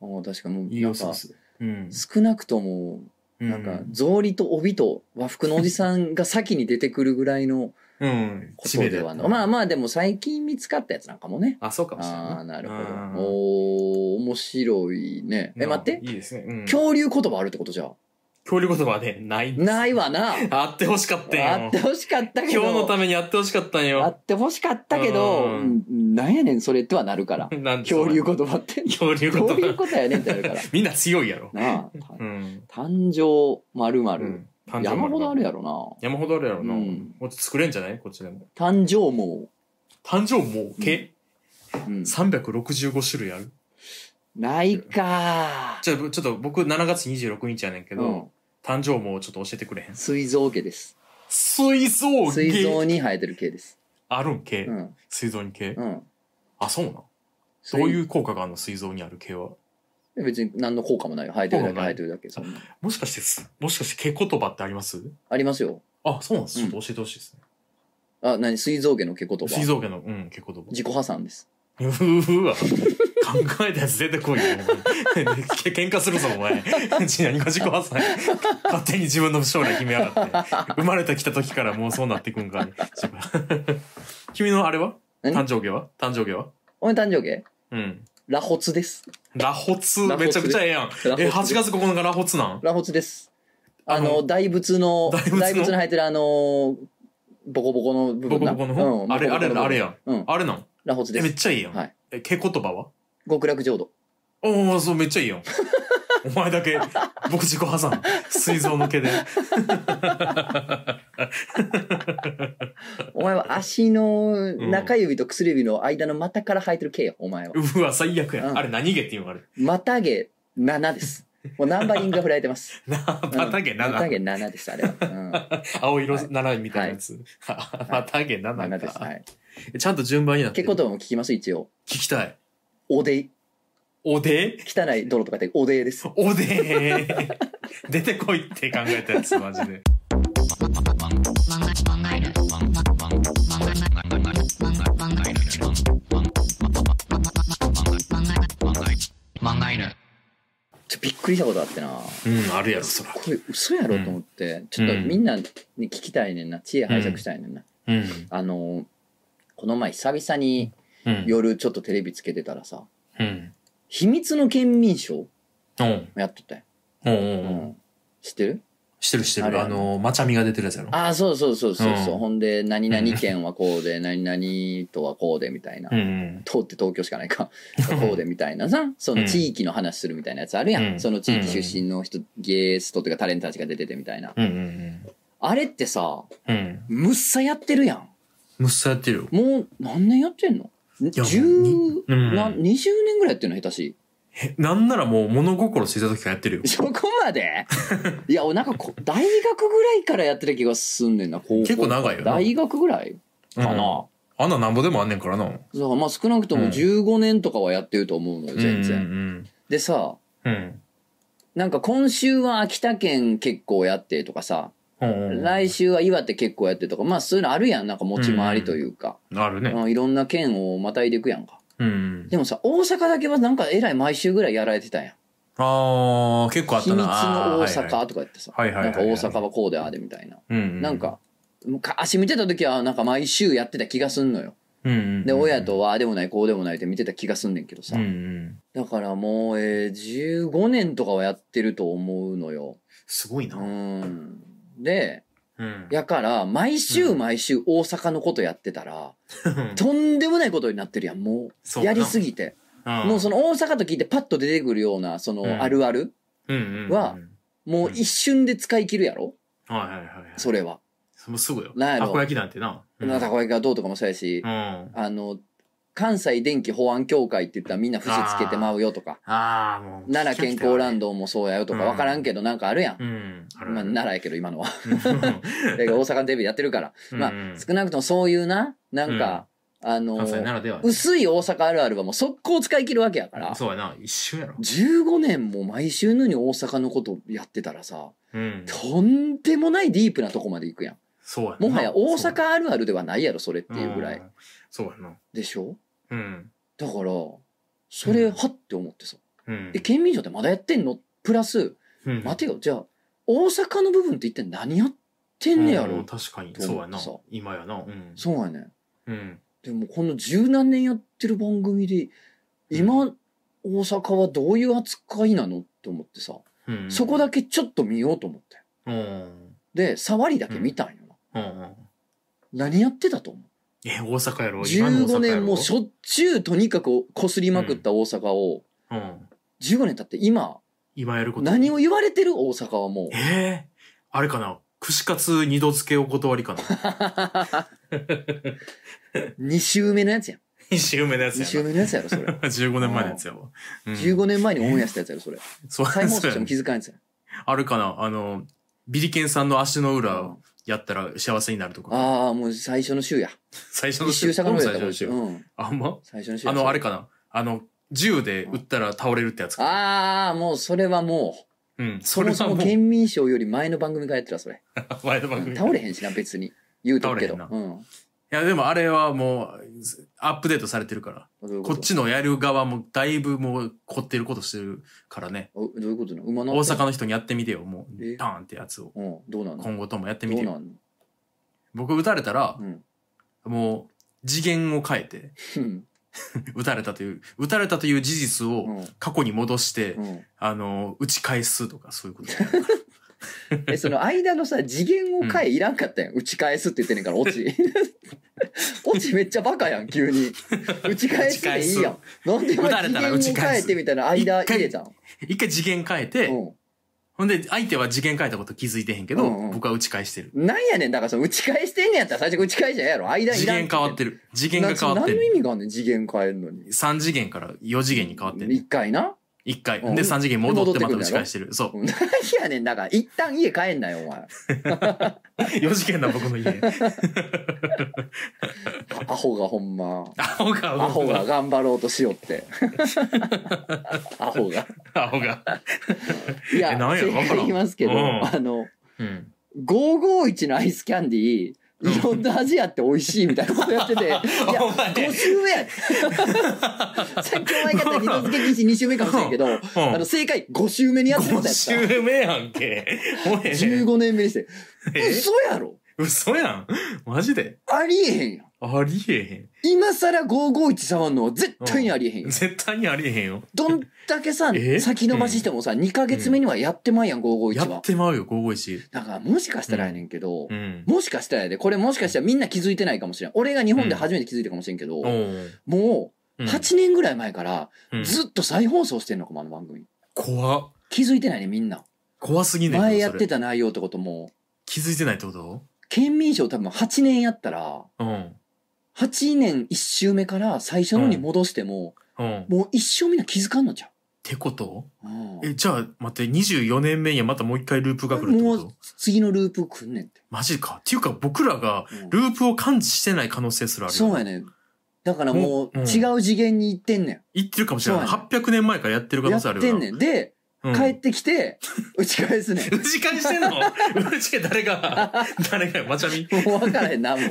Speaker 1: あー確かもう、
Speaker 2: イリ
Speaker 1: な
Speaker 2: オ
Speaker 1: ん
Speaker 2: スク
Speaker 1: か
Speaker 2: ス。うん。
Speaker 1: 少なくとも、なんか草履と帯と和服のおじさんが先に出てくるぐらいの
Speaker 2: うん、うん。
Speaker 1: ことでは
Speaker 2: 知名度やっ
Speaker 1: な
Speaker 2: た
Speaker 1: まあまあでも最近見つかったやつなんかもね。
Speaker 2: あ、そうかもしれない。
Speaker 1: ああ、なるほど
Speaker 2: うん。
Speaker 1: おー、面白いね。え、
Speaker 2: うん
Speaker 1: 待って。
Speaker 2: いいですね。うん、
Speaker 1: 恐竜言葉あるってことじゃん。
Speaker 2: 恐竜言葉はね、ないんです
Speaker 1: ない。わな。あ
Speaker 2: あってほしかったんよ。
Speaker 1: ってほしかったけど。
Speaker 2: 今日のためにあってほしかったん
Speaker 1: あ
Speaker 2: よ。
Speaker 1: ってほしかったけど、
Speaker 2: う。
Speaker 1: うんなんやねん、それってはなるから
Speaker 2: なんで
Speaker 1: 恐竜言葉って。
Speaker 2: 恐竜
Speaker 1: ど
Speaker 2: 言
Speaker 1: ういう
Speaker 2: 葉。
Speaker 1: ことやねんってなるから。
Speaker 2: みんな強いやろ。
Speaker 1: なあ。
Speaker 2: うん。
Speaker 1: 誕生まるま
Speaker 2: う
Speaker 1: る
Speaker 2: ん誕生日
Speaker 1: 山ほどある
Speaker 2: や
Speaker 1: やろ
Speaker 2: 山ほどあるやろな。
Speaker 1: うん
Speaker 2: もうちょっと作れんじゃないこっちでも。
Speaker 1: な。誕生も、
Speaker 2: 誕生もうけ、
Speaker 1: うん、
Speaker 2: ?365 種類ある
Speaker 1: ないか
Speaker 2: じゃあ、ちょっと僕7月26日やねんけ
Speaker 1: う
Speaker 2: ど、
Speaker 1: ん。
Speaker 2: 誕生もうちょっと教えてくれへん。
Speaker 1: 水臓系です。
Speaker 2: 水槽
Speaker 1: 水
Speaker 2: 系
Speaker 1: 臓に生えてる系です。
Speaker 2: あるん系、
Speaker 1: うん。
Speaker 2: 水槽に系、
Speaker 1: うん。
Speaker 2: あ、そうなん。
Speaker 1: そ
Speaker 2: どういうう効果があるの水槽にある系は。
Speaker 1: 別に何の効果もないよ。生えてるだけ
Speaker 2: 効果
Speaker 1: 生
Speaker 2: ない
Speaker 1: えてるだけ。そんな
Speaker 2: もしかしてす、もしかして、毛言葉ってあります
Speaker 1: ありますよ。
Speaker 2: あ、そうなんです。ちょっと教えてほしいですね。
Speaker 1: あ、何水臓家の毛言
Speaker 2: 水
Speaker 1: 葉。
Speaker 2: 槽家の、うん、毛言葉。
Speaker 1: 自己破産です。
Speaker 2: うーわ。考えたやつ出てこいよ。お前 け喧嘩するぞ、お前。ちなにかじこはさん。勝手に自分の将来決めやがって。生まれてきた時からもうそうなってくんか、ね。自分君のあれは
Speaker 1: 何
Speaker 2: 誕生日は誕生日は
Speaker 1: お前誕生家
Speaker 2: うん。
Speaker 1: ラホツです。
Speaker 2: ラホツ、
Speaker 1: ラホツ
Speaker 2: めちゃくちゃええやん。
Speaker 1: ラホツ
Speaker 2: え、8月9日ラホツなん
Speaker 1: ラホツです。あ
Speaker 2: あ
Speaker 1: の、大仏の、
Speaker 2: 大仏の
Speaker 1: 大仏の生えてるあの、ボコボコの部分
Speaker 2: ボコ
Speaker 1: な
Speaker 2: ボコの、
Speaker 1: うん
Speaker 2: あれ、
Speaker 1: ボ
Speaker 2: あ
Speaker 1: コボ
Speaker 2: れ、
Speaker 1: コの
Speaker 2: あれやん。
Speaker 1: うん。
Speaker 2: あれなん
Speaker 1: ラホツ
Speaker 2: え、
Speaker 1: で
Speaker 2: めっ
Speaker 1: す。
Speaker 2: ちゃいいやん。
Speaker 1: はい
Speaker 2: え、毛言葉は
Speaker 1: 極楽浄土。
Speaker 2: おおそう、めっちゃいいやん。お前だけ、僕自己破 産。水槽の毛で。
Speaker 1: お前は足の中指と薬指の間の股から生えてる毛よ、お前は。
Speaker 2: うわ、最悪や。
Speaker 1: うん
Speaker 2: あれ何毛っていうのあれ。
Speaker 1: 股毛7です。もうナンバリングが振られて ます。
Speaker 2: な、またげ
Speaker 1: うん股毛
Speaker 2: 7。
Speaker 1: 7です、あれは。
Speaker 2: 青色7みたいなやつ。 またげ
Speaker 1: うん。7です。
Speaker 2: 7
Speaker 1: は
Speaker 2: か。
Speaker 1: い。
Speaker 2: ちゃんと順番になって
Speaker 1: 結
Speaker 2: る。
Speaker 1: 構とも聞きます、一応。
Speaker 2: 聞きたい。
Speaker 1: おでい。
Speaker 2: おで
Speaker 1: 汚い泥とかっておでいです。
Speaker 2: おで 出てこいって考えたやつ、マジで。
Speaker 1: ちょびっくりしたことあってな。
Speaker 2: うん、あるやろ、そら。
Speaker 1: これ嘘やろと思って、ちょっとみんなに聞きたいねんな。知恵拝借したいねんな。
Speaker 2: うん。
Speaker 1: あの、この前久々に
Speaker 2: うん。
Speaker 1: 夜ちょっとテレビつけてたらさ、
Speaker 2: うん。
Speaker 1: 秘密の県民賞
Speaker 2: うん。
Speaker 1: やっとったよ。
Speaker 2: うん。
Speaker 1: う
Speaker 2: うん。
Speaker 1: ん。知ってる
Speaker 2: してるして
Speaker 1: あれ
Speaker 2: る。あの、マチャミが出てるやつやろ。
Speaker 1: ああ、そうそうそうそうそう。
Speaker 2: うん
Speaker 1: ほんで、何々県はこうで、何々とはこうで、みたいな。
Speaker 2: うん。
Speaker 1: 通って東京しかないか。こうで、みたいなさ。その地域の話するみたいなやつあるやん。
Speaker 2: うん
Speaker 1: その地域出身の人、ゲストというかタレントたちが出ててみたいな。
Speaker 2: うん。うん。
Speaker 1: あれってさ、
Speaker 2: うん。
Speaker 1: むっさやってるやん。
Speaker 2: むっさやってるよ。
Speaker 1: もう何年やってんの
Speaker 2: や
Speaker 1: 十、
Speaker 2: うん
Speaker 1: な20年ぐらいやってるの下手し い。
Speaker 2: えなんならもう物心ついた時からやってるよ。
Speaker 1: そこまでいや、なんかこ大学ぐらいからやってる気がすんねんな、高校
Speaker 2: 結構長いよな
Speaker 1: 大学ぐらいかな。
Speaker 2: あんななんぼでもあんねんからな。
Speaker 1: だからまあ少なくとも
Speaker 2: うん
Speaker 1: 15年とかはやってると思うのよ、全然。
Speaker 2: 然。
Speaker 1: でさ、
Speaker 2: うん。
Speaker 1: なんか今週は秋田県結構やってとかさ、
Speaker 2: うん。
Speaker 1: 来週は岩手結構やってとか、まあそういうのあるやん、なんか持ち回りというか。
Speaker 2: あるね。
Speaker 1: うんいろんな県をまたいでいくやんか。
Speaker 2: うん。
Speaker 1: でもさ、大阪だけはなんかえらい毎週ぐらいやられてたやん。
Speaker 2: ああ、結構あっ
Speaker 1: 秘
Speaker 2: た
Speaker 1: 密
Speaker 2: な。
Speaker 1: の大
Speaker 2: あーはいはい
Speaker 1: 阪とか言ってさ、
Speaker 2: はいはいはい
Speaker 1: なん
Speaker 2: はい
Speaker 1: か大阪はこうでああでみたいな。
Speaker 2: うんうん。
Speaker 1: なんか、昔見てた時はなんか毎週やってた気がすんのよ。
Speaker 2: うんうんうん。
Speaker 1: で、親とはああでもないこうでもないって見てた気がすんねんけどさ
Speaker 2: うん。うん。
Speaker 1: だからもう、えー、15年とかはやってると思うのよ。
Speaker 2: すごいうな。
Speaker 1: ん。で、
Speaker 2: うん。
Speaker 1: やから、毎週毎週大阪のことやってたら、とんでもないことになってるやん、もう。やりす
Speaker 2: ぎ。
Speaker 1: ぎて。
Speaker 2: も
Speaker 1: もうその大阪と聞いてパッと出てくるような、そ
Speaker 2: うん
Speaker 1: のあるある、
Speaker 2: の
Speaker 1: はもう一瞬で使い切るやろ
Speaker 2: はいはいはいはい。
Speaker 1: それは。
Speaker 2: もうすぐよ。
Speaker 1: なんやろ
Speaker 2: たこ焼きなんてな。うん
Speaker 1: たこ焼きがどうとかもそうやし
Speaker 2: う、ん。
Speaker 1: あの、関西電気保安協会って言ったらみんな節つけてまうよとか、
Speaker 2: ああ、もう。
Speaker 1: 奈良健康ランドもそうやよとか
Speaker 2: うん
Speaker 1: わからんけどなんかあるやん。
Speaker 2: うん。ある
Speaker 1: まあ、奈良やけど今のは。
Speaker 2: う
Speaker 1: だけど大阪のテレビでやってるから。
Speaker 2: ん
Speaker 1: まあ
Speaker 2: うん
Speaker 1: 少なくともそういうな、なんか、あの
Speaker 2: 関西ならでは。
Speaker 1: 薄い大阪あるあるはもう速攻使い切るわけやから、
Speaker 2: そうやな。一瞬やろ。
Speaker 1: 15年も毎週のように大阪のことやってたらさ、
Speaker 2: うん。
Speaker 1: とんでもないディープなとこまで行くやん。
Speaker 2: そうやな
Speaker 1: もはや大阪あるあるではないやろ、それっていうぐら。
Speaker 2: ん
Speaker 1: い。
Speaker 2: そうやな。
Speaker 1: でしょ
Speaker 2: うん。
Speaker 1: だから、それ、
Speaker 2: うん
Speaker 1: はって思ってさ。
Speaker 2: うん
Speaker 1: え、県民賞ってまだやってんのプラス、
Speaker 2: うん
Speaker 1: 待てよ、じゃあ、大阪の部分って一体何やってんねや
Speaker 2: うん
Speaker 1: ろ
Speaker 2: 確かに。
Speaker 1: と思って
Speaker 2: そうやな
Speaker 1: さ。
Speaker 2: 今やな。うん。
Speaker 1: そうやねん。
Speaker 2: うん。
Speaker 1: でもこの十何年やってる番組で今大阪はどういう扱いなのって思ってさ、
Speaker 2: うん。
Speaker 1: そこだけちょっと見ようと思って
Speaker 2: うん。
Speaker 1: で触りだけ見たんよな、
Speaker 2: うんうん。
Speaker 1: 何やってたと思う
Speaker 2: え、大阪やろ。今の大
Speaker 1: 15
Speaker 2: 阪やろ
Speaker 1: 年もうしょっちゅうとにかくこすりまくった大阪を、
Speaker 2: うん。
Speaker 1: 15年経って今
Speaker 2: 今やること。
Speaker 1: 何を言われてる大阪はもう
Speaker 2: ええあれかな串カツ二度漬けお断 りかな
Speaker 1: 2週目のやつやん
Speaker 2: 一周目のやつ
Speaker 1: 2
Speaker 2: や
Speaker 1: 週目のやつやろそれ
Speaker 2: な。15年前のやつやわ。うん
Speaker 1: 15年前にオンエアしたやつやろそれ
Speaker 2: そう
Speaker 1: 再放
Speaker 2: そ
Speaker 1: 送し
Speaker 2: うや
Speaker 1: ても
Speaker 2: ね
Speaker 1: 気づかんやつや ん
Speaker 2: あるかなあの、ビリケンさんの足の裏
Speaker 1: あ
Speaker 2: やったら幸せになるとか。
Speaker 1: あーもう最初の週や
Speaker 2: 最初の
Speaker 1: 一週
Speaker 2: ほ
Speaker 1: 遡
Speaker 2: ん
Speaker 1: る
Speaker 2: ま
Speaker 1: やっ
Speaker 2: 最
Speaker 1: た
Speaker 2: 初
Speaker 1: ら
Speaker 2: の週。
Speaker 1: うん
Speaker 2: あ、ほんま
Speaker 1: 最初の週
Speaker 2: あ
Speaker 1: や
Speaker 2: の、あれかなあの、銃で撃ったら倒れるってやつかな。
Speaker 1: ああ、もうそれはもう、
Speaker 2: うん。そ
Speaker 1: そ
Speaker 2: れ
Speaker 1: も
Speaker 2: は
Speaker 1: そ
Speaker 2: も
Speaker 1: も
Speaker 2: う、
Speaker 1: 県民賞より前の番組からやってた、それ。
Speaker 2: 前の番組。
Speaker 1: 倒れ
Speaker 2: い
Speaker 1: へんしな、別に。言うとくけど。う
Speaker 2: 倒
Speaker 1: ん。
Speaker 2: や、でもあれはもう、アップデートされてるから。
Speaker 1: どういう
Speaker 2: こ
Speaker 1: こ
Speaker 2: っ
Speaker 1: と
Speaker 2: ちのやる側もだいぶもう凝ってることしてるからね。
Speaker 1: おどういうことなの馬の
Speaker 2: 大阪の人にやってみてよ、もう。
Speaker 1: え
Speaker 2: パーンってやつを。
Speaker 1: うん、どうなんのど
Speaker 2: 今後ともやってみて
Speaker 1: う
Speaker 2: よ。
Speaker 1: なん
Speaker 2: 僕撃たれたら
Speaker 1: のう、 ん。
Speaker 2: もう、次元を変えて、
Speaker 1: う ん。
Speaker 2: 撃たれたという、撃たれたという事実
Speaker 1: う
Speaker 2: を
Speaker 1: ん
Speaker 2: 過去に戻して、
Speaker 1: うん。
Speaker 2: あの、打ち返すとかそういうこと。
Speaker 1: え、その間のさ、次元を変えいらんかったやん。打ち返すって言ってんねんから、落 ち。落ちめっちゃバカやん、急 に。打ち返すでいいやん。なんでお
Speaker 2: 打
Speaker 1: 前
Speaker 2: たれ
Speaker 1: 次
Speaker 2: たら
Speaker 1: 元
Speaker 2: 打
Speaker 1: を
Speaker 2: ち返
Speaker 1: 変
Speaker 2: す
Speaker 1: えてみたいな間入れたん
Speaker 2: 一回次元変え
Speaker 1: う
Speaker 2: て、
Speaker 1: ん。
Speaker 2: ほんで、相手は次元変えたこと気づいてへんけど、
Speaker 1: うんうん
Speaker 2: 僕は打ち返してる。
Speaker 1: なんやねん、だからその打ち返してんねやったら最初から打ち返しゃええやろ。間いらん
Speaker 2: 次元変わってる。次元が変わって
Speaker 1: な何の
Speaker 2: る。
Speaker 1: 意味があんねん次元変えるのに
Speaker 2: 3次元から4次元に変わってる。
Speaker 1: 一回な
Speaker 2: 一回。
Speaker 1: うん
Speaker 2: で、3次元戻っ
Speaker 1: 戻
Speaker 2: てま
Speaker 1: ってく
Speaker 2: た
Speaker 1: るん
Speaker 2: 打
Speaker 1: だ
Speaker 2: ち
Speaker 1: ろ
Speaker 2: 返してる。そう。
Speaker 1: 何やねんだから一旦家帰んなよお前
Speaker 2: 4次元だ、僕の家。
Speaker 1: アホがほんま
Speaker 2: アホが、
Speaker 1: アホが。頑張ろうとしよって アホが
Speaker 2: アホが。
Speaker 1: いや
Speaker 2: えなんや
Speaker 1: 正
Speaker 2: わから
Speaker 1: 解
Speaker 2: ん
Speaker 1: 言いますけど、
Speaker 2: うん
Speaker 1: あの
Speaker 2: うん。
Speaker 1: 551のアイスキャンディー
Speaker 2: うん
Speaker 1: いろんな味やって美味しいみたいなことやって て、いや、
Speaker 2: お前
Speaker 1: 5週目や でさっきお前方、二度付け禁止2週目かもしれんけど、あの、正解5週目にやってる
Speaker 2: 5
Speaker 1: ことやった。
Speaker 2: 周目やんけ。俺
Speaker 1: 15年目にして、
Speaker 2: え
Speaker 1: 嘘やろ
Speaker 2: 嘘やん。マジで。
Speaker 1: ありえへんやん。
Speaker 2: ありえ
Speaker 1: 今さら551触んのは絶対にありえへん
Speaker 2: へん。
Speaker 1: よ。
Speaker 2: 絶対にありえへんよ。
Speaker 1: どんだけさ
Speaker 2: え、
Speaker 1: 先延ばししてもさ、2ヶ月目にはやってまいやん、
Speaker 2: や
Speaker 1: 551
Speaker 2: っ
Speaker 1: は。
Speaker 2: てまうよ、551。
Speaker 1: だからもしかしたらやねんけど
Speaker 2: う、ん。
Speaker 1: もしかしたらやで、これもしかしたらみんな気づいてないかもしれん。俺が日本で初めて気づいたかもしれんけど、もう8年ぐらい前から
Speaker 2: うん
Speaker 1: ずっと再放送してんのかも、あの番組。
Speaker 2: 怖っ
Speaker 1: 気づいてないね、みんな。
Speaker 2: 怖すぎねんけど
Speaker 1: 前やっ
Speaker 2: そ
Speaker 1: て
Speaker 2: れ
Speaker 1: た内容ってことも、
Speaker 2: 気づいてないってこと
Speaker 1: 県民賞多分8年やったら、
Speaker 2: うん。
Speaker 1: 8年1周目から最初のに戻しても、
Speaker 2: うん。っ
Speaker 1: もう一生みんな気づかんのじゃ
Speaker 2: てこと
Speaker 1: う。うん
Speaker 2: え、じゃあ、待って、24年目にはまたもう一回ループが来るって
Speaker 1: も
Speaker 2: こ
Speaker 1: う
Speaker 2: と
Speaker 1: 次のループ来んねんって。
Speaker 2: マジか。っていうか、僕らが
Speaker 1: うん
Speaker 2: ループを感知してない可能性すらあるよ。
Speaker 1: そうやねん。だからもう
Speaker 2: うん
Speaker 1: 違う次元に行ってんね
Speaker 2: 言ってるかもしれない。
Speaker 1: そうや
Speaker 2: 800年前からやってる
Speaker 1: ん。
Speaker 2: 可
Speaker 1: や
Speaker 2: 能
Speaker 1: っ
Speaker 2: 性ある
Speaker 1: て
Speaker 2: よ
Speaker 1: ん
Speaker 2: な。
Speaker 1: ねん。で、
Speaker 2: うん
Speaker 1: 帰ってき て、打ち返すねん。
Speaker 2: 打ち返して んの打ち返誰が 誰がよマチャミ
Speaker 1: もう分からへんな、もう。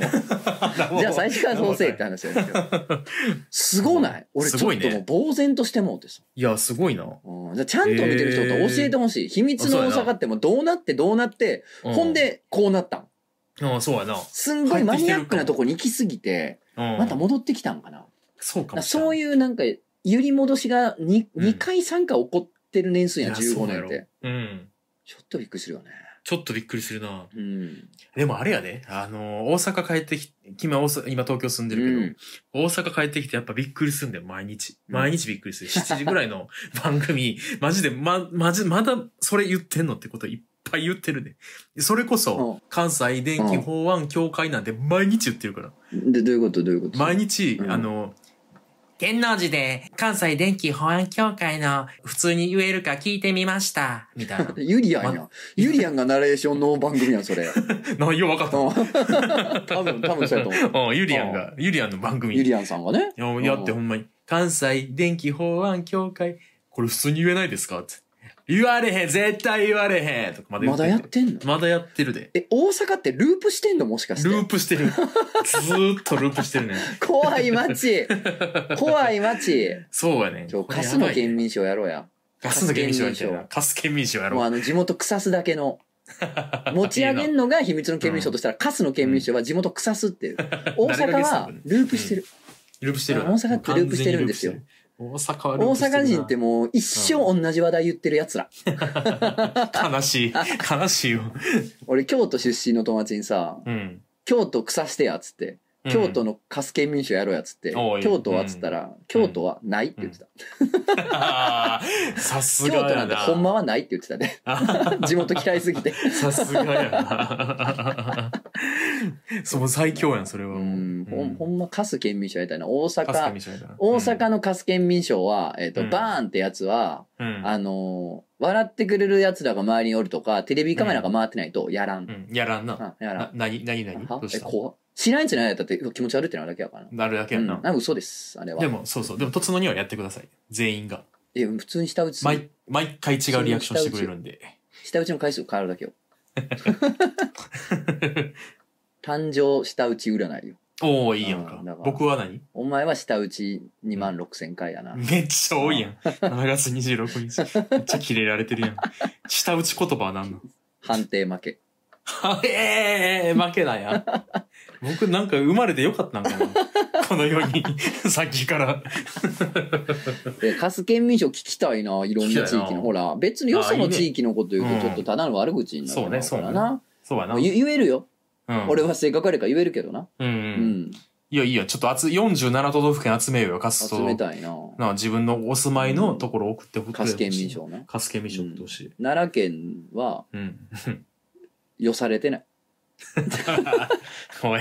Speaker 1: じ ゃあ最初からそうせえって話なんですけど。すごない俺ち
Speaker 2: す
Speaker 1: ょ
Speaker 2: ご
Speaker 1: っ
Speaker 2: い
Speaker 1: と
Speaker 2: ね
Speaker 1: もう呆然としてもうてさ。
Speaker 2: いや、すごいな。
Speaker 1: うんじゃあちゃんと見てる人と教えてほしい。秘密の大阪ってもうどうなってどうなって、
Speaker 2: う
Speaker 1: ほん、でこうなったん。
Speaker 2: うん、そうやな。
Speaker 1: すんごいマニアックなとこに行きすぎて、
Speaker 2: うん、
Speaker 1: また戻ってきたんかな。
Speaker 2: そう
Speaker 1: だ
Speaker 2: か
Speaker 1: から
Speaker 2: もしれ
Speaker 1: そ
Speaker 2: な
Speaker 1: う
Speaker 2: い。
Speaker 1: いうなんか、揺り戻しが 2,
Speaker 2: うん
Speaker 1: 2回3回起こってる年数やん、
Speaker 2: いや
Speaker 1: 15年って。。
Speaker 2: そうやろうん。
Speaker 1: ちょっとびっくりするよね。
Speaker 2: ちょっとびっくりするな。
Speaker 1: うん。
Speaker 2: でもあれやで、あの、大阪帰ってき、今大阪、今東京住んでるけど、大阪帰ってきてやっぱびっくりするんだよ、毎日。
Speaker 1: うん
Speaker 2: 毎日びっくりす る。7時ぐらいの 番組、マジで、ま、まじ、まだそれ言ってんのってこといっぱい言ってるね。それ
Speaker 1: う
Speaker 2: こ
Speaker 1: ん
Speaker 2: そ、関西電気法案協会なんて毎日言ってるから。
Speaker 1: うんで、どういうことどういうこと
Speaker 2: 毎日、
Speaker 1: うん。
Speaker 2: あの、天王寺で関西電気保安協会の普通に言えるか聞いてみました。みたいな
Speaker 1: ユリアンやん。ユリアンがナレーションの番組やん、そ れ。うん
Speaker 2: 内容分かった。
Speaker 1: 多分、多分そうやと 思う。
Speaker 2: うん、ユリアンが、ユリアンの番組。
Speaker 1: ユリアンさんがね。
Speaker 2: いや、やって
Speaker 1: うん
Speaker 2: ほんまに。関西電気法案協会、これ普通に言えないですかって。言われへん絶対言われへんとかまだ言
Speaker 1: ま
Speaker 2: って
Speaker 1: だ
Speaker 2: る
Speaker 1: やってんの
Speaker 2: まだやってるで。
Speaker 1: え、大阪ってループしてんのもしかし
Speaker 2: ルー
Speaker 1: て。
Speaker 2: プしてる。ずーっとループし てるね。
Speaker 1: 怖い 街。怖い街。
Speaker 2: そうやね。
Speaker 1: ちょ、
Speaker 2: これ
Speaker 1: カ
Speaker 2: や
Speaker 1: スの
Speaker 2: ばいね
Speaker 1: 県民賞やろうや。
Speaker 2: カスの県民賞やっ
Speaker 1: カ
Speaker 2: た
Speaker 1: ス県民
Speaker 2: な。カス県民賞や
Speaker 1: もう
Speaker 2: ろう。
Speaker 1: あの、地元草須だけ の。持ち上げんのが秘密の県民賞としたら、カスの県民賞は地元草須っていう。大
Speaker 2: 誰
Speaker 1: 阪
Speaker 2: がゲスト
Speaker 1: は
Speaker 2: なの
Speaker 1: ループしてる。
Speaker 2: ループしてる。
Speaker 1: 大阪ってループしてるんですよ
Speaker 2: 完全にループしてる。大阪は
Speaker 1: 大
Speaker 2: ループしてるな
Speaker 1: 阪人ってもう一生同じ話題言ってる奴ら。
Speaker 2: 悲しい。悲しいよ。
Speaker 1: 俺、京都出身の友達にさ、
Speaker 2: うん。
Speaker 1: 京都草してやっつって、
Speaker 2: うん
Speaker 1: 京都のカス県民賞やろうやっつって、
Speaker 2: おい
Speaker 1: 京都はっつったら、京都はないって言ってた。
Speaker 2: あーさす
Speaker 1: 京
Speaker 2: が
Speaker 1: 都な
Speaker 2: や
Speaker 1: んて
Speaker 2: な。
Speaker 1: ほ んまはないって言ってたね。地元嫌いすぎて。
Speaker 2: さすがやな。 その最強やん、それ
Speaker 1: う
Speaker 2: はもう。
Speaker 1: ん、ほ
Speaker 2: うん
Speaker 1: ほんまカス県民賞やりたいな。大
Speaker 2: 確か
Speaker 1: 阪
Speaker 2: に、そうやな
Speaker 1: 大阪のカス県民賞は、えっ、と、
Speaker 2: うん
Speaker 1: バーンってやつは、
Speaker 2: うん
Speaker 1: あのー笑ってくれる奴らが周りにおるとか、テレビカメラが回ってないとやらん。
Speaker 2: うんうんやらんな。
Speaker 1: あやら。
Speaker 2: なん何、何、何
Speaker 1: は
Speaker 2: どう
Speaker 1: え、
Speaker 2: した
Speaker 1: 怖っ知らんじゃないやったってうわ気持ち悪いってなるだけやからな。
Speaker 2: なるだけや
Speaker 1: うん、
Speaker 2: な。
Speaker 1: なんか嘘です、あれは。
Speaker 2: でも、そうそう。でも、とつのにはやってください。全員が。
Speaker 1: え、普通に下打ち、
Speaker 2: 毎、毎回違うリアクションしてくれるんで。
Speaker 1: 下打ちの回数変わるだけよ。誕生下打ち占いよ。
Speaker 2: おー、いいやんか
Speaker 1: うんだから。
Speaker 2: 僕は何
Speaker 1: お前は下打ち2万6千回やな。
Speaker 2: めっちゃ多いやん。7月26日。めっちゃキレられてるや ん。下打ち言葉は何なの
Speaker 1: 判定負け。
Speaker 2: ええ負けなんや。僕なんか生まれてよかったんかな。この世 に、さっきから。
Speaker 1: で、カス県民賞聞きたいな、いろんな地
Speaker 2: 聞き
Speaker 1: 域
Speaker 2: たいな
Speaker 1: の。ほら、別によそ
Speaker 2: あい
Speaker 1: の
Speaker 2: いね
Speaker 1: 地域のこと言う
Speaker 2: うん
Speaker 1: と、ちょっとただの悪口になるからな。
Speaker 2: そうねそうね
Speaker 1: な
Speaker 2: そうやな。
Speaker 1: 言言えるよ。
Speaker 2: うん、
Speaker 1: 俺は性格あるから言えるけどな。
Speaker 2: うん、う。
Speaker 1: うんん。
Speaker 2: いやいいや、ちょっと集47都道府県集めようよ、カス
Speaker 1: 集
Speaker 2: と。
Speaker 1: めたいな。
Speaker 2: なあ自分のお住まいのところを送ってほしい。
Speaker 1: カス県民。賞な。
Speaker 2: カスケ民賞ってほしい。
Speaker 1: 奈良県は、
Speaker 2: うん。
Speaker 1: よされてない。
Speaker 2: おい。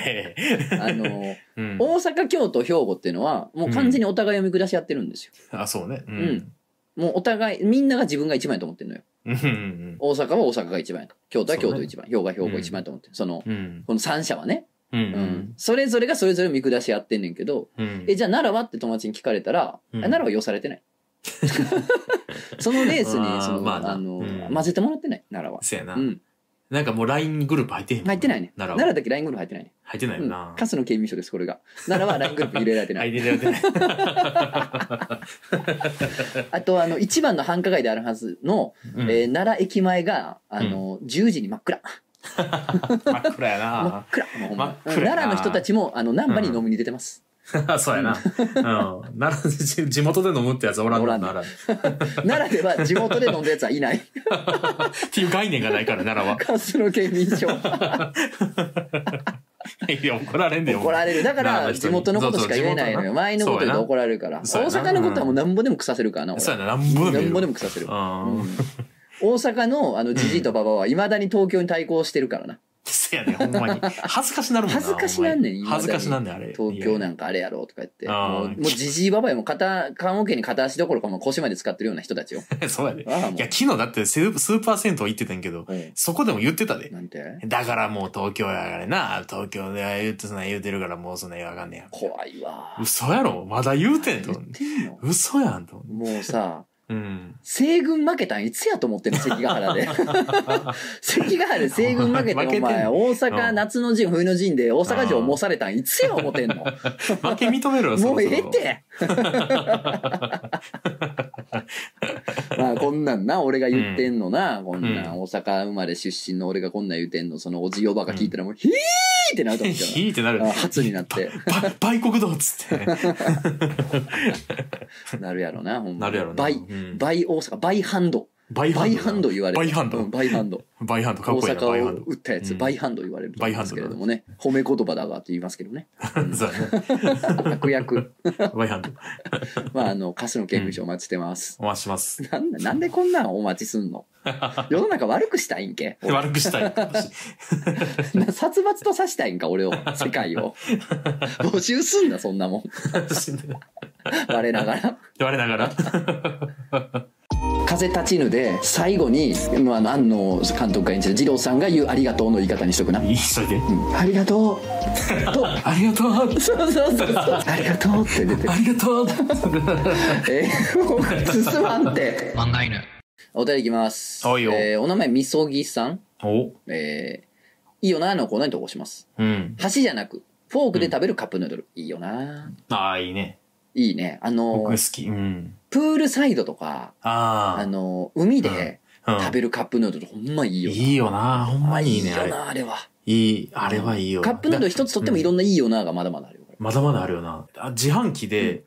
Speaker 1: あの、
Speaker 2: うん。
Speaker 1: 大阪、京都、兵庫っていうのは、もう完全にお互いを見下し合ってるんですよ。
Speaker 2: あ、そうね。う
Speaker 1: うん。もうお互い、みんなが自分が一番やと思ってるのよ。
Speaker 2: うんうん
Speaker 1: 大阪は大阪が一番やと。京都は京
Speaker 2: そう
Speaker 1: 都
Speaker 2: ね
Speaker 1: 一番。兵庫は兵庫一番やと思ってる。その、
Speaker 2: うん。うん。
Speaker 1: この三者はね。
Speaker 2: う
Speaker 1: うんん。それぞれがそれぞれを見下し合ってんねんけど、
Speaker 2: うん。うん。
Speaker 1: え、じゃあ奈良はって友達に聞かれたら、
Speaker 2: うん
Speaker 1: あ奈良はよされ てない。そのレース
Speaker 2: あ
Speaker 1: に、
Speaker 2: ー
Speaker 1: その、
Speaker 2: まあな
Speaker 1: あの
Speaker 2: うん、
Speaker 1: 混ぜてもらってない、奈良は。
Speaker 2: せやな
Speaker 1: う。ん。
Speaker 2: なんかもう LINE グループ入ってへんもん
Speaker 1: 入ってないね。
Speaker 2: なら
Speaker 1: 奈良だけ LINE グループ入ってないね。
Speaker 2: 入ってないよ
Speaker 1: う。
Speaker 2: なん
Speaker 1: カスの刑務所ですこれが奈良は LINE グループ入れられてな
Speaker 2: 入
Speaker 1: い
Speaker 2: れられてない。
Speaker 1: あとあの一番の繁華街であるはずの、
Speaker 2: うん
Speaker 1: えー奈良駅前があの、10時に真っ暗
Speaker 2: 真っ暗や
Speaker 1: 真っ
Speaker 2: な。
Speaker 1: 暗もうほんま
Speaker 2: 真っ暗やな
Speaker 1: 奈良の人たちもあの難波に飲みに出てます、
Speaker 2: そうやな。うん。なら、地地元で飲むってやつおらん
Speaker 1: おら
Speaker 2: の
Speaker 1: んね
Speaker 2: なら。っ
Speaker 1: 奈良では地元で飲んだやつはい ない
Speaker 2: ていう概念がないから、奈良は。
Speaker 1: カスの県民賞
Speaker 2: いや、怒られんでよ。
Speaker 1: 怒られるだか
Speaker 2: 奈良
Speaker 1: ら
Speaker 2: の人
Speaker 1: 地
Speaker 2: に
Speaker 1: 元のことしか言えないのよ
Speaker 2: そうそう地元の
Speaker 1: 前のこと言うと怒られるから大
Speaker 2: そうやな
Speaker 1: 阪のことはもうなんぼでも腐せるからな俺
Speaker 2: そうやな、なんぼでも。
Speaker 1: なんぼでも。腐せる、
Speaker 2: あ
Speaker 1: うん大阪のあのじじいとばばはいまだに東京に対抗してるからな
Speaker 2: せやねほんまに恥ずかしなるもんな
Speaker 1: 恥ずかしなんねん
Speaker 2: ほ
Speaker 1: 今
Speaker 2: まに恥ずかしなんねんあれ
Speaker 1: 東京なんかあれやろうとか言って。
Speaker 2: あー
Speaker 1: もう、もうじじいばばやもう片、棺桶に片足どころかもう腰まで使ってるような人 たちよ。
Speaker 2: いやそうやでい
Speaker 1: ああ、もう
Speaker 2: や。昨日だってスースーパー銭湯行ってたんやけど
Speaker 1: うん
Speaker 2: そこでも言ってたで
Speaker 1: なんて
Speaker 2: だからもう東京やがれな東京で言うてそんなん言うてるからもうそんなん言わかんねや
Speaker 1: 怖いわ。
Speaker 2: 嘘やろまだ言うてん と
Speaker 1: 言っ
Speaker 2: 思って
Speaker 1: てんの
Speaker 2: 嘘やんと思って
Speaker 1: もうさ、
Speaker 2: うん
Speaker 1: 西軍負けたんいつやと思ってんの関ヶ原 で。関ヶ原で西軍負けて、
Speaker 2: 負け
Speaker 1: お
Speaker 2: てんの
Speaker 1: 前、大阪、
Speaker 2: うん
Speaker 1: 夏の陣、冬の陣で大阪城模されたんいつや思ってん の
Speaker 2: 負け認めろよそ
Speaker 1: も
Speaker 2: ろ
Speaker 1: う
Speaker 2: そ
Speaker 1: え
Speaker 2: ろ
Speaker 1: えって。 まあこんなんな、俺が言ってんのな、こんなん、
Speaker 2: う
Speaker 1: 大阪生まれ出身の俺がこんなん言ってんの、そのおじおばが聞いたらもう、ヒーって なると思うけ
Speaker 2: ひいってなる
Speaker 1: どな。あ初になって、
Speaker 2: ば売国道っつ ってね
Speaker 1: なるやろな、ほんま
Speaker 2: な
Speaker 1: に
Speaker 2: るやろな
Speaker 1: 倍、
Speaker 2: うん
Speaker 1: 倍大阪、倍ハンド。
Speaker 2: バイ
Speaker 1: 倍ハンド言われる。
Speaker 2: バイハンド
Speaker 1: うん倍ハンド。
Speaker 2: バイハンドかっ
Speaker 1: 大
Speaker 2: こいいなバイ
Speaker 1: 阪
Speaker 2: ハ
Speaker 1: を
Speaker 2: ン
Speaker 1: 打ったやつ、
Speaker 2: うん
Speaker 1: 倍ハンド言われると思うんですけれどもね、褒め言葉だがって言いますけどね。
Speaker 2: ド そうや
Speaker 1: 悪役。
Speaker 2: ね バイハンド
Speaker 1: まあ、あの、カスの刑務所お待ちしてます。
Speaker 2: お待ちします
Speaker 1: なんだ、なんでこんなんお待ちすん の世の中悪くしたいんけ俺
Speaker 2: 悪 くしたい私
Speaker 1: な殺伐とさしたいんか、俺を。世界 を。募集すんな、そんなもん。
Speaker 2: 私
Speaker 1: 我ながら。
Speaker 2: 我ながら
Speaker 1: 風立ちぬで、最後に、まあ、あの安野監督が演じる二郎さんが言うありがとうの言い方にしとくな。う
Speaker 2: 急いで
Speaker 1: んありがとう。と、
Speaker 2: ありがと う
Speaker 1: そうそうそうそう。 ありがとうって出てる
Speaker 2: あ。りがとう
Speaker 1: えー、もう進まんて。 漫画犬。お便りいきます。
Speaker 2: はいよ
Speaker 1: えーお名前、みそぎさん。
Speaker 2: お
Speaker 1: えーいいよなのコーナーに投稿します。
Speaker 2: うん
Speaker 1: 箸じゃなく、フォークで食べるカップヌードル。いいよな。
Speaker 2: ああいいね
Speaker 1: いいね。あの
Speaker 2: 僕
Speaker 1: ー
Speaker 2: 好、きうん
Speaker 1: プールサイドとか、あ
Speaker 2: あ
Speaker 1: のー、海で
Speaker 2: あうん
Speaker 1: 食べるカップヌードル、ほんまいいよな。
Speaker 2: いいよなほんまいいね
Speaker 1: よ
Speaker 2: あれ
Speaker 1: な、あれは。
Speaker 2: いいあれはいいよ
Speaker 1: カップヌードル一つとってもいろんないいよながまだまだあるよ。これ
Speaker 2: まだまだあるよな。あ自販機で、
Speaker 1: うん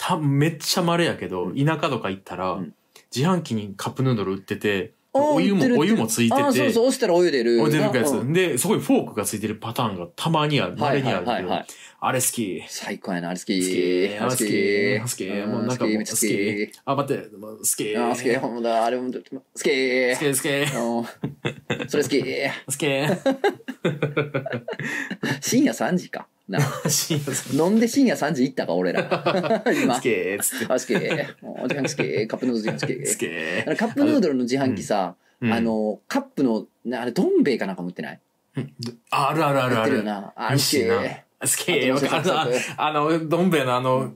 Speaker 2: ためっちゃ稀やけど、
Speaker 1: うん
Speaker 2: 田舎とか行ったら、
Speaker 1: うん
Speaker 2: 自販機にカップヌードル売ってて、
Speaker 1: あー
Speaker 2: お湯
Speaker 1: 売ってる
Speaker 2: も、お湯
Speaker 1: 売
Speaker 2: も
Speaker 1: っ
Speaker 2: ついて
Speaker 1: ああ、
Speaker 2: て、
Speaker 1: そうそう、押したらお湯出る。
Speaker 2: お湯出てくやつ、
Speaker 1: うん
Speaker 2: で、そこにフォークがついてるパターンがたまにある。
Speaker 1: は
Speaker 2: 稀
Speaker 1: い
Speaker 2: に
Speaker 1: はい
Speaker 2: あるけど、
Speaker 1: はいはい。
Speaker 2: あれ好き。
Speaker 1: 最高やな、あれ好き。
Speaker 2: 好き。あれ好
Speaker 1: あ
Speaker 2: き。
Speaker 1: れ
Speaker 2: 好き。
Speaker 1: うん
Speaker 2: もうなんかもう
Speaker 1: め
Speaker 2: 好
Speaker 1: っちゃ好
Speaker 2: き。あ、待って、もう好き。
Speaker 1: き。ああ、好き。
Speaker 2: 好
Speaker 1: ほんまだ、あれも、好き。好
Speaker 2: き。好き。
Speaker 1: うんそれ好き。
Speaker 2: 好 き。
Speaker 1: 深夜3時か。な。
Speaker 2: 深夜好
Speaker 1: 飲んで深夜3時行ったか、俺 ら。今。
Speaker 2: き。好き。つって。
Speaker 1: あ、好き。お時間好き。カップヌードル好き。
Speaker 2: 好き。
Speaker 1: あのカップヌードルの自販機さ、
Speaker 2: うん
Speaker 1: あ、の、カップの、なあれ、どん兵衛かなんか持ってない
Speaker 2: うんああるあるある
Speaker 1: 売っ
Speaker 2: あ
Speaker 1: てる
Speaker 2: る
Speaker 1: よ。な。あれ好
Speaker 2: 美味し
Speaker 1: き
Speaker 2: い。な好き。
Speaker 1: あ
Speaker 2: わ
Speaker 1: と
Speaker 2: かる
Speaker 1: そうそう
Speaker 2: あの、あのどん兵衛のあの、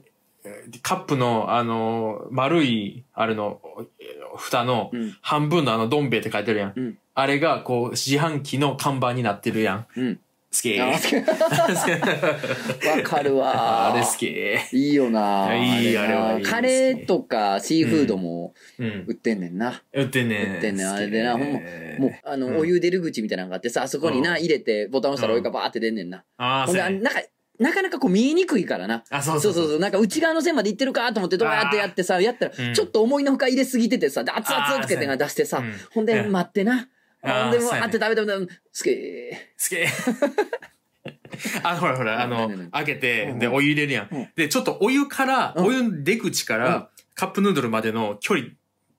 Speaker 2: カップの、あの、丸い、あれの、えー蓋の
Speaker 1: うん、
Speaker 2: 半分のあの、どん兵衛って書いてるやん。
Speaker 1: うん
Speaker 2: あれが、こう、自販機の看板になってるやん。
Speaker 1: うん。
Speaker 2: 好き。
Speaker 1: あ好きわかるわ。
Speaker 2: あれ好。き。
Speaker 1: いいよな。
Speaker 2: いいあれはいい
Speaker 1: なカレーとかシーフードも
Speaker 2: うん
Speaker 1: 売。ってんねんな。
Speaker 2: 売ってんね
Speaker 1: 売ってんねんあれでなほんまもう
Speaker 2: も、
Speaker 1: あの、
Speaker 2: うん
Speaker 1: お湯出る口みたいなのがあってさ、あそこにな、
Speaker 2: うん
Speaker 1: 入れて、ボタン押したらお湯がバーって出んねんな。
Speaker 2: ああ、
Speaker 1: ほん
Speaker 2: そう
Speaker 1: で、
Speaker 2: や
Speaker 1: あの
Speaker 2: ね。
Speaker 1: なんか、なかなかこう見えにくいからな。
Speaker 2: あ、そう
Speaker 1: そ
Speaker 2: そうう
Speaker 1: そ
Speaker 2: そう。
Speaker 1: そうう、なんか内側の線まで行ってるかと思って、どうやってやってさ、やった
Speaker 2: う
Speaker 1: ら、
Speaker 2: ん
Speaker 1: ちょっと思いのほか入れすぎててさ、で熱々つけてな出してさ
Speaker 2: うん、
Speaker 1: ほんで、
Speaker 2: うん
Speaker 1: 待ってな。
Speaker 2: あー
Speaker 1: ほんで、
Speaker 2: そうやね
Speaker 1: あって食べても、すげ
Speaker 2: 好き。あ、ほらほら、あ
Speaker 1: 何
Speaker 2: の
Speaker 1: 何何、
Speaker 2: 開けて
Speaker 1: う、ん
Speaker 2: で、お湯入れるや
Speaker 1: うん
Speaker 2: ん。で、ちょっとお湯から、
Speaker 1: うん
Speaker 2: お湯出口か
Speaker 1: うん
Speaker 2: ら、カップヌードルまでの距離、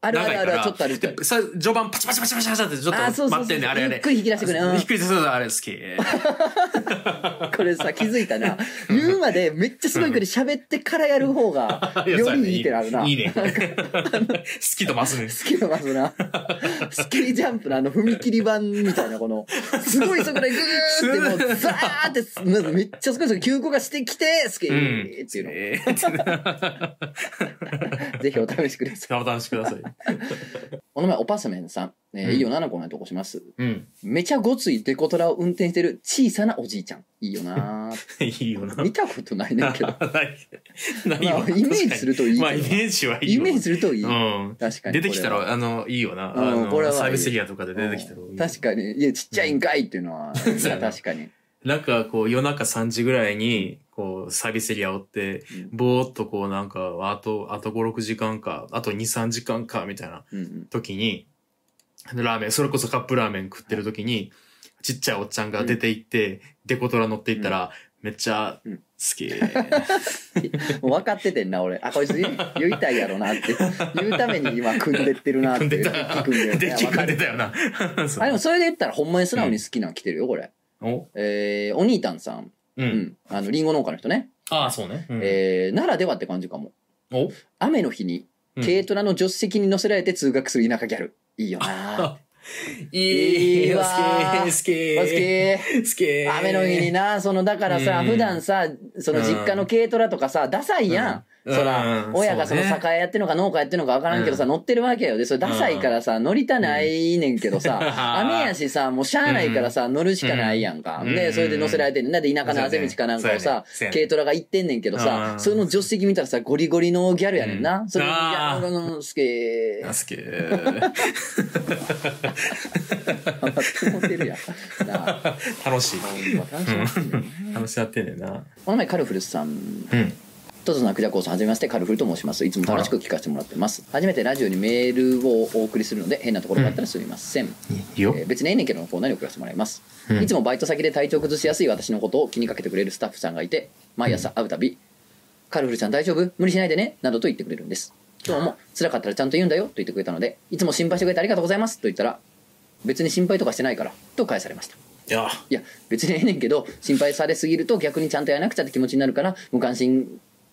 Speaker 1: あるあるある、ちょっとある
Speaker 2: で。さ序盤パチパチパチパチパチってちょ
Speaker 1: あー、
Speaker 2: っ
Speaker 1: そ
Speaker 2: と
Speaker 1: うそ
Speaker 2: 待
Speaker 1: うそ
Speaker 2: っ
Speaker 1: う。
Speaker 2: てんねんあれあ
Speaker 1: ゆ
Speaker 2: れ
Speaker 1: っくり引き出してくれ。うん
Speaker 2: ひっくりそうそうあれ好き
Speaker 1: これさ、気づいたな。言うまでめっちゃすごいくり喋ってからやる方が、
Speaker 2: い や
Speaker 1: よ
Speaker 2: そうやね
Speaker 1: りいいってなるな。
Speaker 2: いいね好きとますね
Speaker 1: スキーのまず な、スキージャンプのあの踏切板みたいなこの、すごい速度でグー ってもうザーって、まずめっちゃすごい速度で急降下してきて、スキ
Speaker 2: うん
Speaker 1: ーっていう
Speaker 2: えー
Speaker 1: の、ぜひお試しください。
Speaker 2: お楽しみください
Speaker 1: お名前、オパスメンさん。えー
Speaker 2: うん
Speaker 1: いいよな、のコーナーに投稿します。
Speaker 2: うん
Speaker 1: めちゃごついデコトラを運転してる小さなおじいちゃん。いいよな
Speaker 2: いいよな
Speaker 1: 見たことないねんけ ど。
Speaker 2: ないない
Speaker 1: ま
Speaker 2: よ
Speaker 1: あ、イメージするといいけど
Speaker 2: まあイメージはいい
Speaker 1: イ
Speaker 2: よ
Speaker 1: メージするといい。
Speaker 2: うん
Speaker 1: 確かに。
Speaker 2: 出てきたらあのいいよな
Speaker 1: うん
Speaker 2: あ
Speaker 1: これはいい
Speaker 2: のサービスエリアとかで出てきたら
Speaker 1: うん確かに。いや、ちっちゃいんかいっていうのは、
Speaker 2: んそうやな
Speaker 1: 確かに。
Speaker 2: なんかこう夜中3時ぐらいにこうサービスエリアおって
Speaker 1: うん
Speaker 2: ぼーっとこうなんかあとあと56時間かあと23時間かみたいな
Speaker 1: うんうん
Speaker 2: 時に、ラーメン、それこそカップラーメン食ってる時に、ちっちゃいおっちゃんが出て行って、デコトラ乗って行ったら、めっちゃ
Speaker 1: うん
Speaker 2: 好き。
Speaker 1: もう分かっててんな、俺。あ、こいつ言い言いたいやろなって。言うために今、組んでってるなって。
Speaker 2: 組んでた
Speaker 1: デッキ組んでる
Speaker 2: デッキ組んでたよな。
Speaker 1: あ、でもそれで言ったら、ほんまに素直に好きなの来てるよ、これ。
Speaker 2: お
Speaker 1: えー、お兄たんさん、
Speaker 2: う。
Speaker 1: うんん、あのリンゴ農家の人ね、
Speaker 2: ああ、そうね。うん
Speaker 1: えーならではって感じかも
Speaker 2: お
Speaker 1: 雨の日に
Speaker 2: うん
Speaker 1: 軽トラの助手席に乗せられて通学する田舎ギャルいいよない
Speaker 2: い
Speaker 1: い
Speaker 2: い
Speaker 1: わ
Speaker 2: わ
Speaker 1: ー
Speaker 2: 好き
Speaker 1: まあ好き
Speaker 2: 好き好き
Speaker 1: 雨の日になそのだからさ、
Speaker 2: うん
Speaker 1: 普段さその実家の軽トラとかさダサいやん、
Speaker 2: うん
Speaker 1: そら、
Speaker 2: うん
Speaker 1: 親がその
Speaker 2: そうね
Speaker 1: 酒屋やってんのか農家やってんのか分からんけどさ、
Speaker 2: う
Speaker 1: 乗ってるわけよでそれダサいからさ、乗りたないねんけどさ、 雨やしさもうしゃあないからさ、乗るしかないやんか、
Speaker 2: うん
Speaker 1: でそれで乗せられてんねんで田舎のあぜ道かなんかを
Speaker 2: そうや
Speaker 1: さ
Speaker 2: ね、そうやね
Speaker 1: 軽トラが行ってんねんけどさ、
Speaker 2: うん
Speaker 1: その助手席見たらさゴリゴリのギャルやねんな、
Speaker 2: うん
Speaker 1: それギャ
Speaker 2: あー
Speaker 1: ルの好き
Speaker 2: あ好き
Speaker 1: ハマってもてるやんなあ
Speaker 2: 楽しい
Speaker 1: ほんま楽しみですね
Speaker 2: 楽しなってんねんな
Speaker 1: この前カルフルさん
Speaker 2: うん
Speaker 1: とぞなくじゃこうさんはじめましてカルフルと申しますいつも楽しく聞かせてもらってます初めてラジオにメールをお送りするので変なところがあったらすみません、
Speaker 2: いいよ
Speaker 1: えー別にええねんけどのコーナーに送らせてもらいます、
Speaker 2: うん
Speaker 1: いつもバイト先で体調崩しやすい私のことを気にかけてくれるスタッフさんがいて毎朝会うたび、カルフルちゃん大丈夫無理しないでね」などと言ってくれるんです今日も「辛かったらちゃんと言うんだよ」と言ってくれたので「いつも心配してくれてありがとうございます」と言ったら「別に心配とかしてないから」と返されました
Speaker 2: いや
Speaker 1: いや別にええねんけど心配されすぎると逆にちゃんとやらなくちゃって気持ちになるから無関心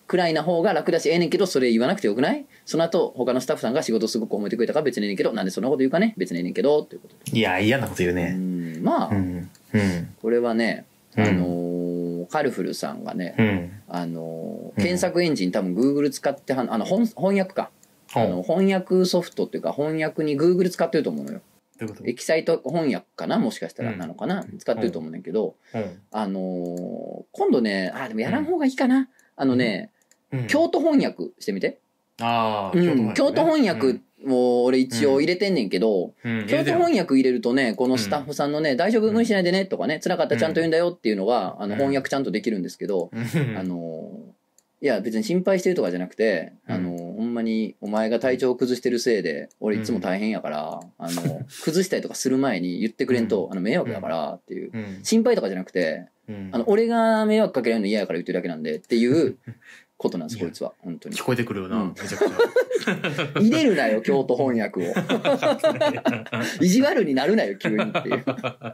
Speaker 1: くらいな方が楽だしええねんけどそれ言わなくてよくないその後他のスタッフさんが仕事すごく褒めてくれたから別にええねんけどなんでそんなこと言うかね別にええねんけどということで
Speaker 2: いや嫌なこと言う
Speaker 1: う
Speaker 2: ね
Speaker 1: んまあ、
Speaker 2: うんうん
Speaker 1: これはね、
Speaker 2: うん
Speaker 1: あのーカルフルさんがね、
Speaker 2: うん
Speaker 1: あのー
Speaker 2: うん
Speaker 1: 検索エンジン多分 Google 使ってはんあの本翻訳か、あの
Speaker 2: ほう
Speaker 1: 翻訳ソフトっていうか翻訳に Google 使ってると思うのよ
Speaker 2: どういうこと
Speaker 1: エキサイト翻訳かなもしかしたら
Speaker 2: うん
Speaker 1: なのかな、使ってると思うねんだけど、
Speaker 2: うん
Speaker 1: あのー今度ねあでもやらん方がいいかな、あのね、
Speaker 2: うん
Speaker 1: 京都翻訳してみて、
Speaker 2: ああ
Speaker 1: うん京都翻
Speaker 2: う
Speaker 1: 訳
Speaker 2: ん
Speaker 1: を俺一応入れてんねんけど、
Speaker 2: うん
Speaker 1: 京都翻訳入れるとね、このスタッフさんのね、大丈夫
Speaker 2: うん
Speaker 1: 無理しないでねとかね、辛かったらちゃんと言うんだよっていうのが、あの、
Speaker 2: うん
Speaker 1: 翻訳ちゃんとできるんですけど、
Speaker 2: うん
Speaker 1: あの、いや、別に心配してるとかじゃなくて、
Speaker 2: うん
Speaker 1: あの、ほんまにお前が体調を崩してるせいで、俺いつも大変やから、あの、崩したりとかする前に言ってくれんと、あの、迷惑だからっていう。
Speaker 2: うん
Speaker 1: 心配とかじゃなくて、
Speaker 2: うん
Speaker 1: あの、俺が迷惑かけられるの嫌やから言ってるだけなんで、っていうことなんです、
Speaker 2: いや
Speaker 1: こいつは。本当に
Speaker 2: 聞。こえてくるよ
Speaker 1: う
Speaker 2: なんめち ゃくちゃ
Speaker 1: 入れるなよ、京都翻訳を。意地悪になるなよ、急にって いう。
Speaker 2: しかもオ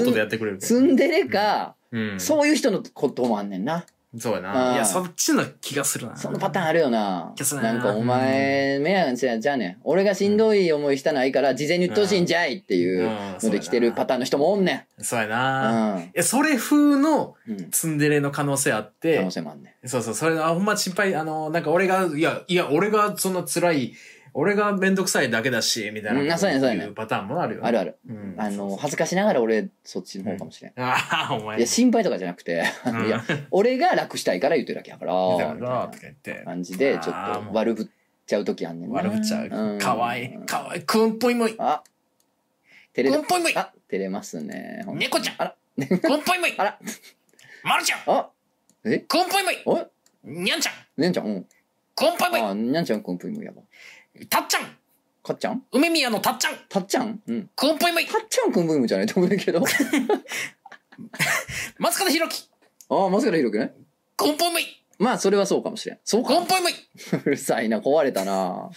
Speaker 2: ートでやってくれる
Speaker 1: ツンデレか、
Speaker 2: うん
Speaker 1: そういう人のこともあんねんな。
Speaker 2: そ
Speaker 1: あ
Speaker 2: うや
Speaker 1: ー
Speaker 2: ない
Speaker 3: や、そっちの気がするな。
Speaker 1: そのパターンあるよな
Speaker 3: 消す。な
Speaker 1: なんかお前、目やんじゃじゃあね、俺がしんどい思いしたないから、事前に言ってほしいんじゃいっていうので来てるパ
Speaker 2: タ
Speaker 1: ターンの人もおんね
Speaker 2: ーンそうや
Speaker 1: ん。う。
Speaker 2: なんえそれ風の
Speaker 1: うん。
Speaker 2: ツンデレの可能性あっ
Speaker 1: 可
Speaker 2: て
Speaker 1: 能性もあんね
Speaker 2: そうそうそれあほんま心配あのなんか俺がいやいや俺がそんな辛い俺が面倒くさいだけだしみたいな
Speaker 1: うんあそうやねそうやね
Speaker 2: いうパターンもあるよ
Speaker 1: ん。あるある。
Speaker 2: うん
Speaker 1: あの、
Speaker 2: そう
Speaker 1: 恥ずかしながら俺、そっちの方かもしれん。
Speaker 2: ああお前
Speaker 1: いや、心配とかじゃなくて、
Speaker 2: うん
Speaker 1: いや、俺が楽したいから言ってるだけやから、み
Speaker 2: だか
Speaker 1: たい
Speaker 2: ら
Speaker 1: な
Speaker 2: とか言って
Speaker 1: 感じで、ちょ
Speaker 2: あー
Speaker 1: っ
Speaker 2: も
Speaker 1: と
Speaker 2: う
Speaker 1: 悪ぶっちゃう時あんねんな。
Speaker 2: 悪ぶっちゃ
Speaker 1: うん
Speaker 2: うかわいいかわいいくんぽいもい
Speaker 1: あ、照れ
Speaker 2: く
Speaker 1: る
Speaker 2: ん。ぽいもい
Speaker 1: あ、照れますね。ほんと
Speaker 3: 猫ちゃん。
Speaker 1: あら
Speaker 3: コンポイムイ。
Speaker 1: あら
Speaker 3: まるちゃん。
Speaker 1: あ、
Speaker 3: コンポイムイ。
Speaker 1: おい
Speaker 3: にゃんちゃん。
Speaker 1: ねんちゃん、うん。
Speaker 3: コンポイム
Speaker 1: あ、にゃんちゃんくんぷいむやば。
Speaker 3: イ。たっちゃん。
Speaker 1: かっちゃん
Speaker 3: 梅宮のたっちゃん。
Speaker 1: たっちゃんうん。
Speaker 3: コンポイムイ。
Speaker 1: たっちゃんくんブームじゃない と思うんだけど。
Speaker 3: 松方弘樹。
Speaker 1: ああ、松倉ひろきね。
Speaker 3: コンポイムイ。
Speaker 1: まあ、それはそうかもしれん。そう
Speaker 3: コ
Speaker 1: か
Speaker 3: ン。ポイムイ。
Speaker 1: うるさいな、壊れた な。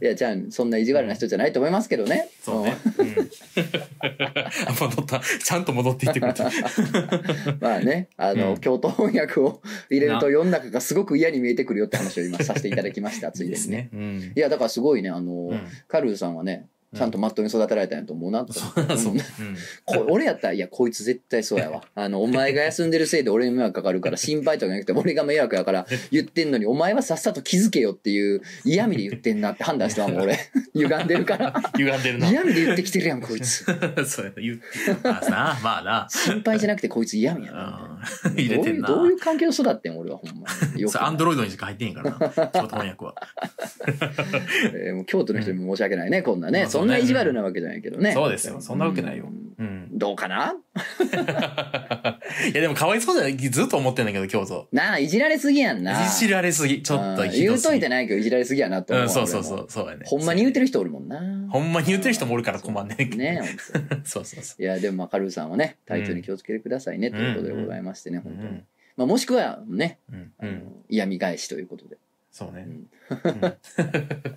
Speaker 1: いや、じゃあ、そんな意地悪な人じゃないと思いますけどね。
Speaker 2: そうねうんあ 戻ったちゃんと戻ってきてく れた
Speaker 1: うん。まあね、あの、
Speaker 2: うん
Speaker 1: 京都翻訳を入れると世の中がすごく嫌に見えてくるよって話を今させていただきました、ついでにね。
Speaker 2: うん
Speaker 1: いや、だからすごいね、あの、
Speaker 2: うん
Speaker 1: カルーさんはね、ちゃんとまっとうに育てられたんやと思うなと。
Speaker 2: そう
Speaker 1: うんこ俺やったら、いや、こいつ絶対そうやわ。あの、お前が休んでるせいで俺に迷惑かかるから、心配とかじゃなくて、俺が迷惑やから言ってんのに、お前はさっさと気づけよっていう、嫌味で言ってんなって判断してたもん、 俺。歪んでるから。
Speaker 2: 歪んでるな
Speaker 1: 嫌味で言ってきてるやん、こい つ。
Speaker 2: そうやな言うまあなまあな
Speaker 1: 心配じゃなくて、こいつ嫌味やな。
Speaker 2: うん入れてんな
Speaker 1: どういう、どういう環境で育ってん、俺はほんまに。よく
Speaker 2: それアンドロイドにしか入ってへんからな京都翻訳は
Speaker 1: えーもう京都の人にも申し訳ないね、こんなね。
Speaker 2: まあ
Speaker 1: そ
Speaker 2: そうんね
Speaker 1: な意地悪なわけじゃないけどね。
Speaker 2: そうですよそんなわけないよ
Speaker 1: う
Speaker 2: うん
Speaker 1: どうかない
Speaker 2: やでもかわいそうじゃないずっと思ってんだけど京都
Speaker 1: なあ、いじられすぎやんな。
Speaker 2: いじられすぎちょっと
Speaker 1: うん
Speaker 2: ひ
Speaker 1: 言
Speaker 2: ど
Speaker 1: う
Speaker 2: す
Speaker 1: と
Speaker 2: ぎ
Speaker 1: いてないけど、いじられすぎやなと
Speaker 2: う
Speaker 1: 思う。
Speaker 2: んそうそうそ
Speaker 1: 俺も
Speaker 2: うそうやね
Speaker 1: ほんまに言うてる人おるもんな。
Speaker 2: ほんまに言うてる人もおるから困んねんけど
Speaker 1: ね本当に
Speaker 2: そうそうそ
Speaker 1: いや、でも、まあカルーさんはね、体調に気をつけてくださいね、ということでございましてね、
Speaker 2: うう
Speaker 1: 本当に
Speaker 2: ん。
Speaker 1: まあ、もしくはね、
Speaker 2: うん
Speaker 1: あ
Speaker 2: う
Speaker 1: の
Speaker 2: ん
Speaker 1: 嫌味返しということで。
Speaker 2: そうね
Speaker 1: うん
Speaker 2: うん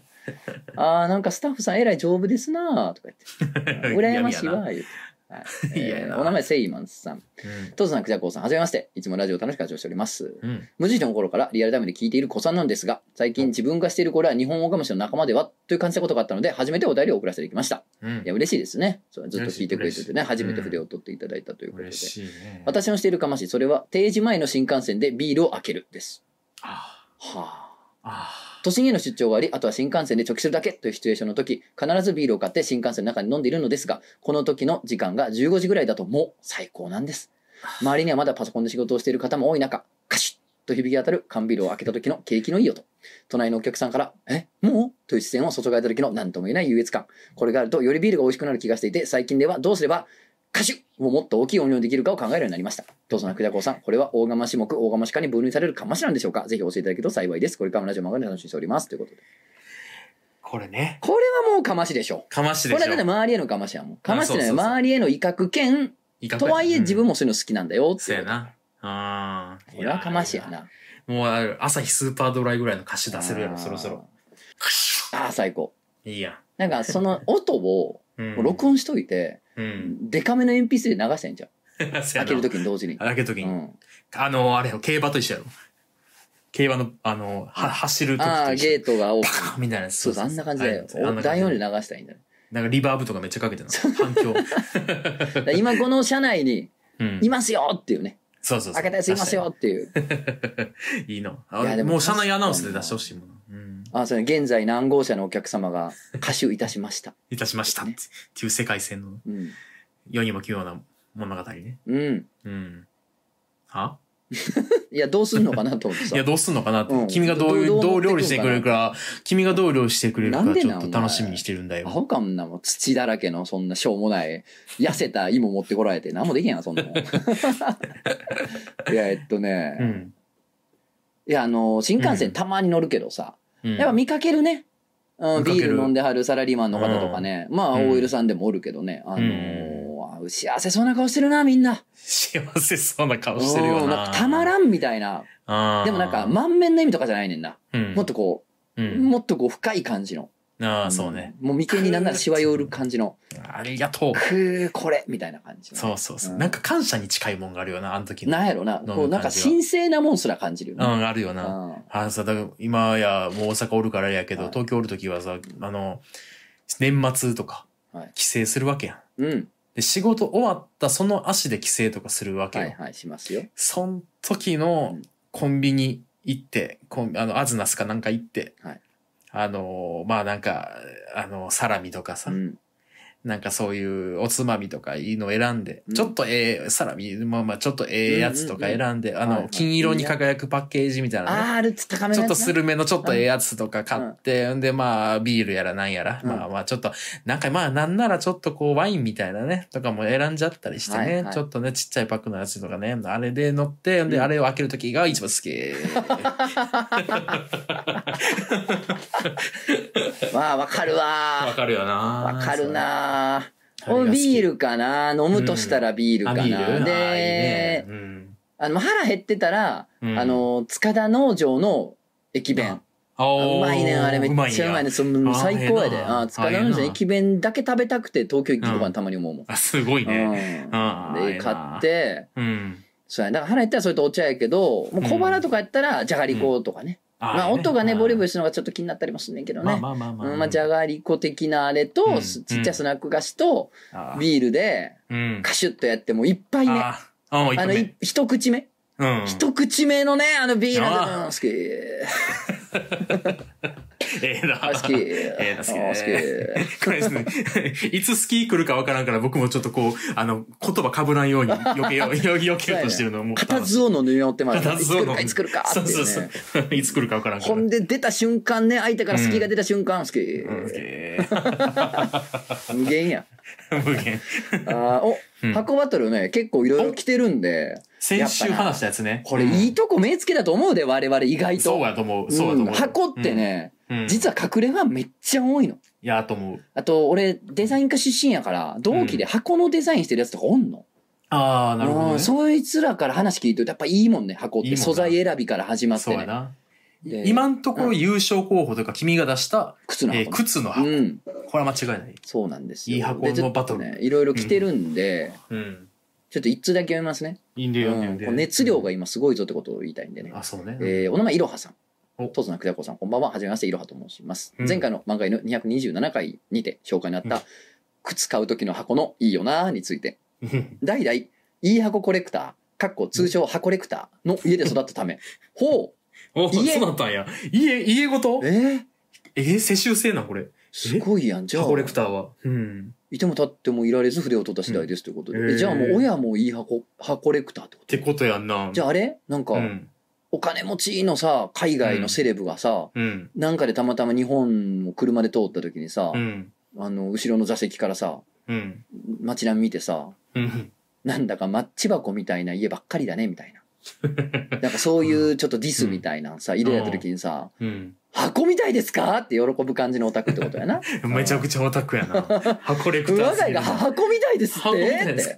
Speaker 1: ああ、なんかスタッフさんえらい丈夫ですなあとか言って。羨ましいわ、言うて。はい
Speaker 2: 嫌や
Speaker 1: え
Speaker 2: な
Speaker 1: ーお名前セイマンさん
Speaker 2: うん
Speaker 1: トズさんクジャコウさんはじめましていつもラジオ楽しく拝聴しております
Speaker 2: うん
Speaker 1: 無印の頃からリアルタイムで聞いている子さんなんですが最近自分がしているこれは日本オオカムシの仲間ではという感じたことがあったので初めてお便りを送らせていきました
Speaker 2: うん
Speaker 1: いや嬉しいですねそうずっと聞いてくれててね
Speaker 2: 嬉しい
Speaker 1: 初めて筆を取っていただいたということで
Speaker 2: 嬉しいね
Speaker 1: 私のしているかましそれは定時前の新幹線でビールを開けるです
Speaker 2: あ
Speaker 1: はあ
Speaker 2: ああ
Speaker 1: 都心への出張がありあとは新幹線で直帰するだけというシチュエーションの時必ずビールを買って新幹線の中に飲んでいるのですがこの時の時間が15時ぐらいだともう最高なんです周りにはまだパソコンで仕事をしている方も多い中カシッと響き当たる缶ビールを開けた時の景気のいい音隣のお客さんから「えもう?」という視線を注がれた時の何とも言えない優越感これがあるとよりビールが美味しくなる気がしていて最近ではどうすればカシュッをもっと大きい音量にできるかを考えるようになりました。どうぞなくじゃこうさん、これは大釜種目、大釜種化に分類されるかましなんでしょうかぜひ教えていただけると幸いです。これからもラジオ漫画で楽しみにしております。ということで。
Speaker 2: これね
Speaker 1: これはもうかましでしょ
Speaker 2: かまし
Speaker 1: う。
Speaker 2: で
Speaker 1: これ
Speaker 2: しょ
Speaker 1: はだって周りへのかましやもん。かましじゃない
Speaker 2: そうそうそう
Speaker 1: 周りへの威嚇兼、
Speaker 2: いかが
Speaker 1: とはいえ
Speaker 2: うん
Speaker 1: 自分もそういうの好きなんだよって
Speaker 2: そ
Speaker 1: いううこ
Speaker 2: や
Speaker 1: と。
Speaker 2: なああ
Speaker 1: これはかましやな。
Speaker 2: もうある朝日スーパードライぐらいの歌詞出せるやろそろそろ。
Speaker 1: ああ、最高。
Speaker 2: いいや
Speaker 1: なんかその音を
Speaker 2: んうん
Speaker 1: 録音しといて、
Speaker 2: うん
Speaker 1: デカめの鉛筆で流したいんじゃん。
Speaker 2: 開
Speaker 1: 開 けるときに同時に。
Speaker 2: 開ける時
Speaker 1: う
Speaker 2: に
Speaker 1: ん。
Speaker 2: あのあれよ競馬と一緒やろ競馬のあのは走る時
Speaker 1: あ
Speaker 2: と
Speaker 1: あ、
Speaker 2: 一緒
Speaker 1: ゲートがオープン。
Speaker 2: パーンみたいなやつ
Speaker 1: そうそう、あんな感じだよ。
Speaker 2: ああんな感
Speaker 1: 大
Speaker 2: じ
Speaker 1: 音で流したいんだよ。
Speaker 2: なんかリバーブとかめっちゃかけてるの反響
Speaker 1: だから今この車内に、
Speaker 2: うん
Speaker 1: いますよっていうね。
Speaker 2: そうそうそう
Speaker 1: 開けたやついますよっていう。
Speaker 2: いいの
Speaker 1: いやでも
Speaker 2: もう社内アナウンスで出してほしいもの、うん、
Speaker 1: あ、それ現在何号車のお客様が歌手いたしました。
Speaker 2: いたしましたって,、
Speaker 1: ね
Speaker 2: いう世界線の
Speaker 1: うん。
Speaker 2: 世にも奇妙な物語ね
Speaker 1: うん。
Speaker 2: うんはい
Speaker 1: や、どうすんのかなと思って
Speaker 2: い
Speaker 1: さ
Speaker 2: や。どうすんのかなって、
Speaker 1: うん
Speaker 2: 君がどういう
Speaker 1: どう
Speaker 2: どう
Speaker 1: どう
Speaker 2: 料理してくれるか君がどう料理してくれる
Speaker 1: なん
Speaker 2: か
Speaker 1: で
Speaker 2: ち
Speaker 1: な
Speaker 2: ょっ
Speaker 1: お
Speaker 2: と
Speaker 1: 前
Speaker 2: 楽しみにしてるんだ
Speaker 1: ア
Speaker 2: よ
Speaker 1: ホかんなもん土だらけのそんなしょうもない痩せた芋持ってこられて何もできへんやそん なもんいやえっとね、
Speaker 2: うん、
Speaker 1: いやあの新幹
Speaker 2: う
Speaker 1: 線
Speaker 2: ん
Speaker 1: たまに乗るけどさ、
Speaker 2: うん、
Speaker 1: やっぱ見かけるね、うん
Speaker 2: 見かける
Speaker 1: ビール飲んではるサラリーマンの方とかね、まあ
Speaker 2: うん
Speaker 1: OL さんでもおるけどね、あのーあ幸せそうな顔してるなみんな
Speaker 2: 幸せそうな顔してるよ
Speaker 1: うん
Speaker 2: なん
Speaker 1: かたまらんみたいな
Speaker 2: あー
Speaker 1: でもなんか、満面の意味とかじゃないねんな。
Speaker 2: うん
Speaker 1: もっとこ
Speaker 2: う
Speaker 1: う、
Speaker 2: ん、
Speaker 1: もっとこう深い感じの。
Speaker 2: ああそうね、
Speaker 1: うん。もう眉間になんならしわ寄る感じの、
Speaker 2: ありがとう
Speaker 1: くー、これみたいな感じの。
Speaker 2: そうそうそう、
Speaker 1: うん
Speaker 2: なんか感謝に近いもんがあるよなあの時の
Speaker 1: なんやろな、
Speaker 2: む
Speaker 1: こうなんか
Speaker 2: 感じは
Speaker 1: 神聖なもんすら感じるよ
Speaker 2: う
Speaker 1: ね。
Speaker 2: んあるよ
Speaker 1: う
Speaker 2: な、
Speaker 1: ん。
Speaker 2: あのさ、だから今やもう大阪おるからあれやけど、
Speaker 1: はい
Speaker 2: 東京おるときはさ、あの、年末とか
Speaker 1: はい、
Speaker 2: 帰省するわけやん。
Speaker 1: うん。
Speaker 2: で、仕事終わったその足で帰省とかするわけよ。
Speaker 1: はいはい、しますよ。
Speaker 2: そん時の
Speaker 1: うん
Speaker 2: コンビニ行って、コンあの、アズナスかなんか行って、
Speaker 1: はい
Speaker 2: あの、まあなんか、あの、サラミとか
Speaker 1: う
Speaker 2: さ、
Speaker 1: ん。
Speaker 2: なんかそういうおつまみとかいいの選んで、
Speaker 1: うん
Speaker 2: ちょっとええ、サラミ、まあまあちょっとええやつとか選んで、
Speaker 1: んうん
Speaker 2: あ
Speaker 1: は
Speaker 2: の、
Speaker 1: い
Speaker 2: 金色に輝くパッケージみたいなね。
Speaker 1: あー、あるつ高め
Speaker 2: ち
Speaker 1: の
Speaker 2: ょっ
Speaker 1: やつ
Speaker 2: と
Speaker 1: な
Speaker 2: す。るめのちょっとええやつとか買って、んでまあビールやらなんやら、
Speaker 1: うん
Speaker 2: まあまあちょっと、なんかまあなんならちょっとこうワインみたいなね、とかも選んじゃったりしてね、
Speaker 1: はいはい
Speaker 2: ちょっとね、ちっちゃいパックのやつとかね、あれで乗って、んで
Speaker 1: うん
Speaker 2: あれを開けるときが一番好き。
Speaker 1: わあ、わかるわ
Speaker 2: かるよな
Speaker 1: ー。わかる。な
Speaker 2: そ
Speaker 1: ー。
Speaker 2: う
Speaker 1: お
Speaker 2: あれが好き
Speaker 1: ビールかな飲むとしたらビール
Speaker 2: あ
Speaker 1: か
Speaker 2: ビー
Speaker 1: な
Speaker 2: ル
Speaker 1: で、
Speaker 2: あいいね
Speaker 1: あの、腹減ってたら、
Speaker 2: うん
Speaker 1: あの、塚田農場の駅弁。
Speaker 2: うん
Speaker 1: うまいねんあれめっちゃうまいね。
Speaker 2: んや
Speaker 1: その
Speaker 2: あー
Speaker 1: 最高や
Speaker 2: え
Speaker 1: で
Speaker 2: えな
Speaker 1: あー塚田の
Speaker 2: あええな
Speaker 1: 駅弁だけ食べたくて東京行きとか
Speaker 2: うん
Speaker 1: たまに思うもん、
Speaker 2: あ、すごいね。あ
Speaker 1: うん、
Speaker 2: ーえ
Speaker 1: で
Speaker 2: え
Speaker 1: 買
Speaker 2: な
Speaker 1: って
Speaker 2: うん。
Speaker 1: そうやだから腹減ったらそれとお茶やけどもう小腹とかやったらじゃがりことかね、
Speaker 2: あ
Speaker 1: まあ音がねボリューム
Speaker 2: し
Speaker 1: するのがちょっと気になったりもすんねんけど
Speaker 2: まあ
Speaker 1: ね
Speaker 2: まあまあま
Speaker 1: う
Speaker 2: あ。
Speaker 1: んまあじゃがりこ的なあれと、
Speaker 2: うん
Speaker 1: すちっちゃいスナック菓子と
Speaker 2: あー
Speaker 1: ビールで
Speaker 2: うん。
Speaker 1: カシュッとやってもう一杯目あ
Speaker 2: あーあー、一
Speaker 1: の
Speaker 2: 杯目
Speaker 1: い一口目、
Speaker 2: うん。
Speaker 1: 一口目のねあのビール
Speaker 2: あ
Speaker 1: のうん
Speaker 2: ー
Speaker 1: 好き
Speaker 2: ええな。
Speaker 1: あ好き
Speaker 2: ええな、好き
Speaker 1: あー好き
Speaker 2: これですね。いつスキー来るかわからんから、僕もちょっとこう、あの、言葉かぶらんように、避 けよう、避けようとしてるのもう
Speaker 1: 片
Speaker 2: 楽しい。
Speaker 1: 図をの縫い合ってます。
Speaker 2: 片頭痛の
Speaker 1: いつ来るか、いつ来るかって
Speaker 2: そ
Speaker 1: いううね。
Speaker 2: そうそう。いつ来るかわからんから。
Speaker 1: ほんで出た瞬間ね、相手から隙が出た瞬間、好き。
Speaker 2: うんすげえ
Speaker 1: 無限や。
Speaker 2: 無限。
Speaker 1: あーお、
Speaker 2: うん
Speaker 1: 箱バトルね、結構いろいろ来てるんで、
Speaker 2: 先週話したやつね。
Speaker 1: これいい
Speaker 2: と。
Speaker 1: とこ目つけだと思うで、我々意外と。
Speaker 2: そうやと思う。そうやと
Speaker 1: う
Speaker 2: 思
Speaker 1: ん
Speaker 2: う。
Speaker 1: 箱ってね、
Speaker 2: うん、
Speaker 1: 実は隠れがめっちゃ多いの。
Speaker 2: いや、と思う。
Speaker 1: あと、俺、デザイン科出身やから、同期で箱のデザインしてるやつとかおんの。
Speaker 2: ああ、なるほど
Speaker 1: う
Speaker 2: ね。
Speaker 1: んそいつらから話聞いといて、やっぱいいもんね、箱っ
Speaker 2: いい
Speaker 1: て。
Speaker 2: もんな
Speaker 1: 素材選びから始まって
Speaker 2: そうや
Speaker 1: ね。
Speaker 2: な。
Speaker 1: いやいや
Speaker 2: 今んところ優勝候補というか君が出した、
Speaker 1: 靴の
Speaker 2: え
Speaker 1: 箱、
Speaker 2: ー靴の箱、
Speaker 1: うん
Speaker 2: これは間違いない、
Speaker 1: そうなんですよ
Speaker 2: いい箱
Speaker 1: でちょ
Speaker 2: の
Speaker 1: っと
Speaker 2: バトル
Speaker 1: ねいろいろ来てるんで、
Speaker 2: うん、
Speaker 1: ちょっと一通だけ読みますね、
Speaker 2: いいんだよ、いいんだ
Speaker 1: う
Speaker 2: よいい
Speaker 1: ん
Speaker 2: ん
Speaker 1: こ
Speaker 2: だよ
Speaker 1: う熱量が今すごいぞってことを言いたいんでね
Speaker 2: あそうね、
Speaker 1: えーお名前いろはさん
Speaker 2: お
Speaker 1: とつなくだこさんこんばんははじめましていろはと申します、
Speaker 2: うん
Speaker 1: 前回の漫画犬227回にて紹介にあっ
Speaker 2: うん
Speaker 1: た靴買う時の箱のいいよなーについて
Speaker 2: うん
Speaker 1: 代々いい箱コレクターかっこ通称箱コレクターの家で育ったた めほ
Speaker 2: お
Speaker 1: 家
Speaker 2: そうだったんや家家ご
Speaker 1: う
Speaker 2: と
Speaker 1: えー、
Speaker 2: えー、世襲制なんこれ
Speaker 1: すごいやんじゃあ
Speaker 2: コレクターはうん
Speaker 1: いても立ってもいられず筆を取った次第ですということで、
Speaker 2: うん
Speaker 1: えじゃあもう親もいい箱箱コレクターってこ
Speaker 2: っ
Speaker 1: と
Speaker 2: てことやんな
Speaker 1: じゃああれなんか
Speaker 2: うん
Speaker 1: お金持ちのさ海外のセレブがさ、
Speaker 2: うん
Speaker 1: なんかでたまたま日本を車で通った時にさ、
Speaker 2: うん
Speaker 1: あの後ろの座席からさ
Speaker 2: うん
Speaker 1: 街並み見てさ
Speaker 2: うん
Speaker 1: なんだかマッチ箱みたいな家ばっかりだねみ たいななんかそういうちょっとディスみたいなさ入れられた時にさ
Speaker 2: うん
Speaker 1: 「箱みたいですか?」って喜ぶ感じのオタクってこと やな
Speaker 2: めちゃくちゃオタク やな箱コレクター
Speaker 1: 我
Speaker 2: す
Speaker 1: が家
Speaker 2: ぎる
Speaker 1: が「箱みたいですって」
Speaker 2: 箱みたい
Speaker 1: っ
Speaker 2: で
Speaker 1: て
Speaker 2: す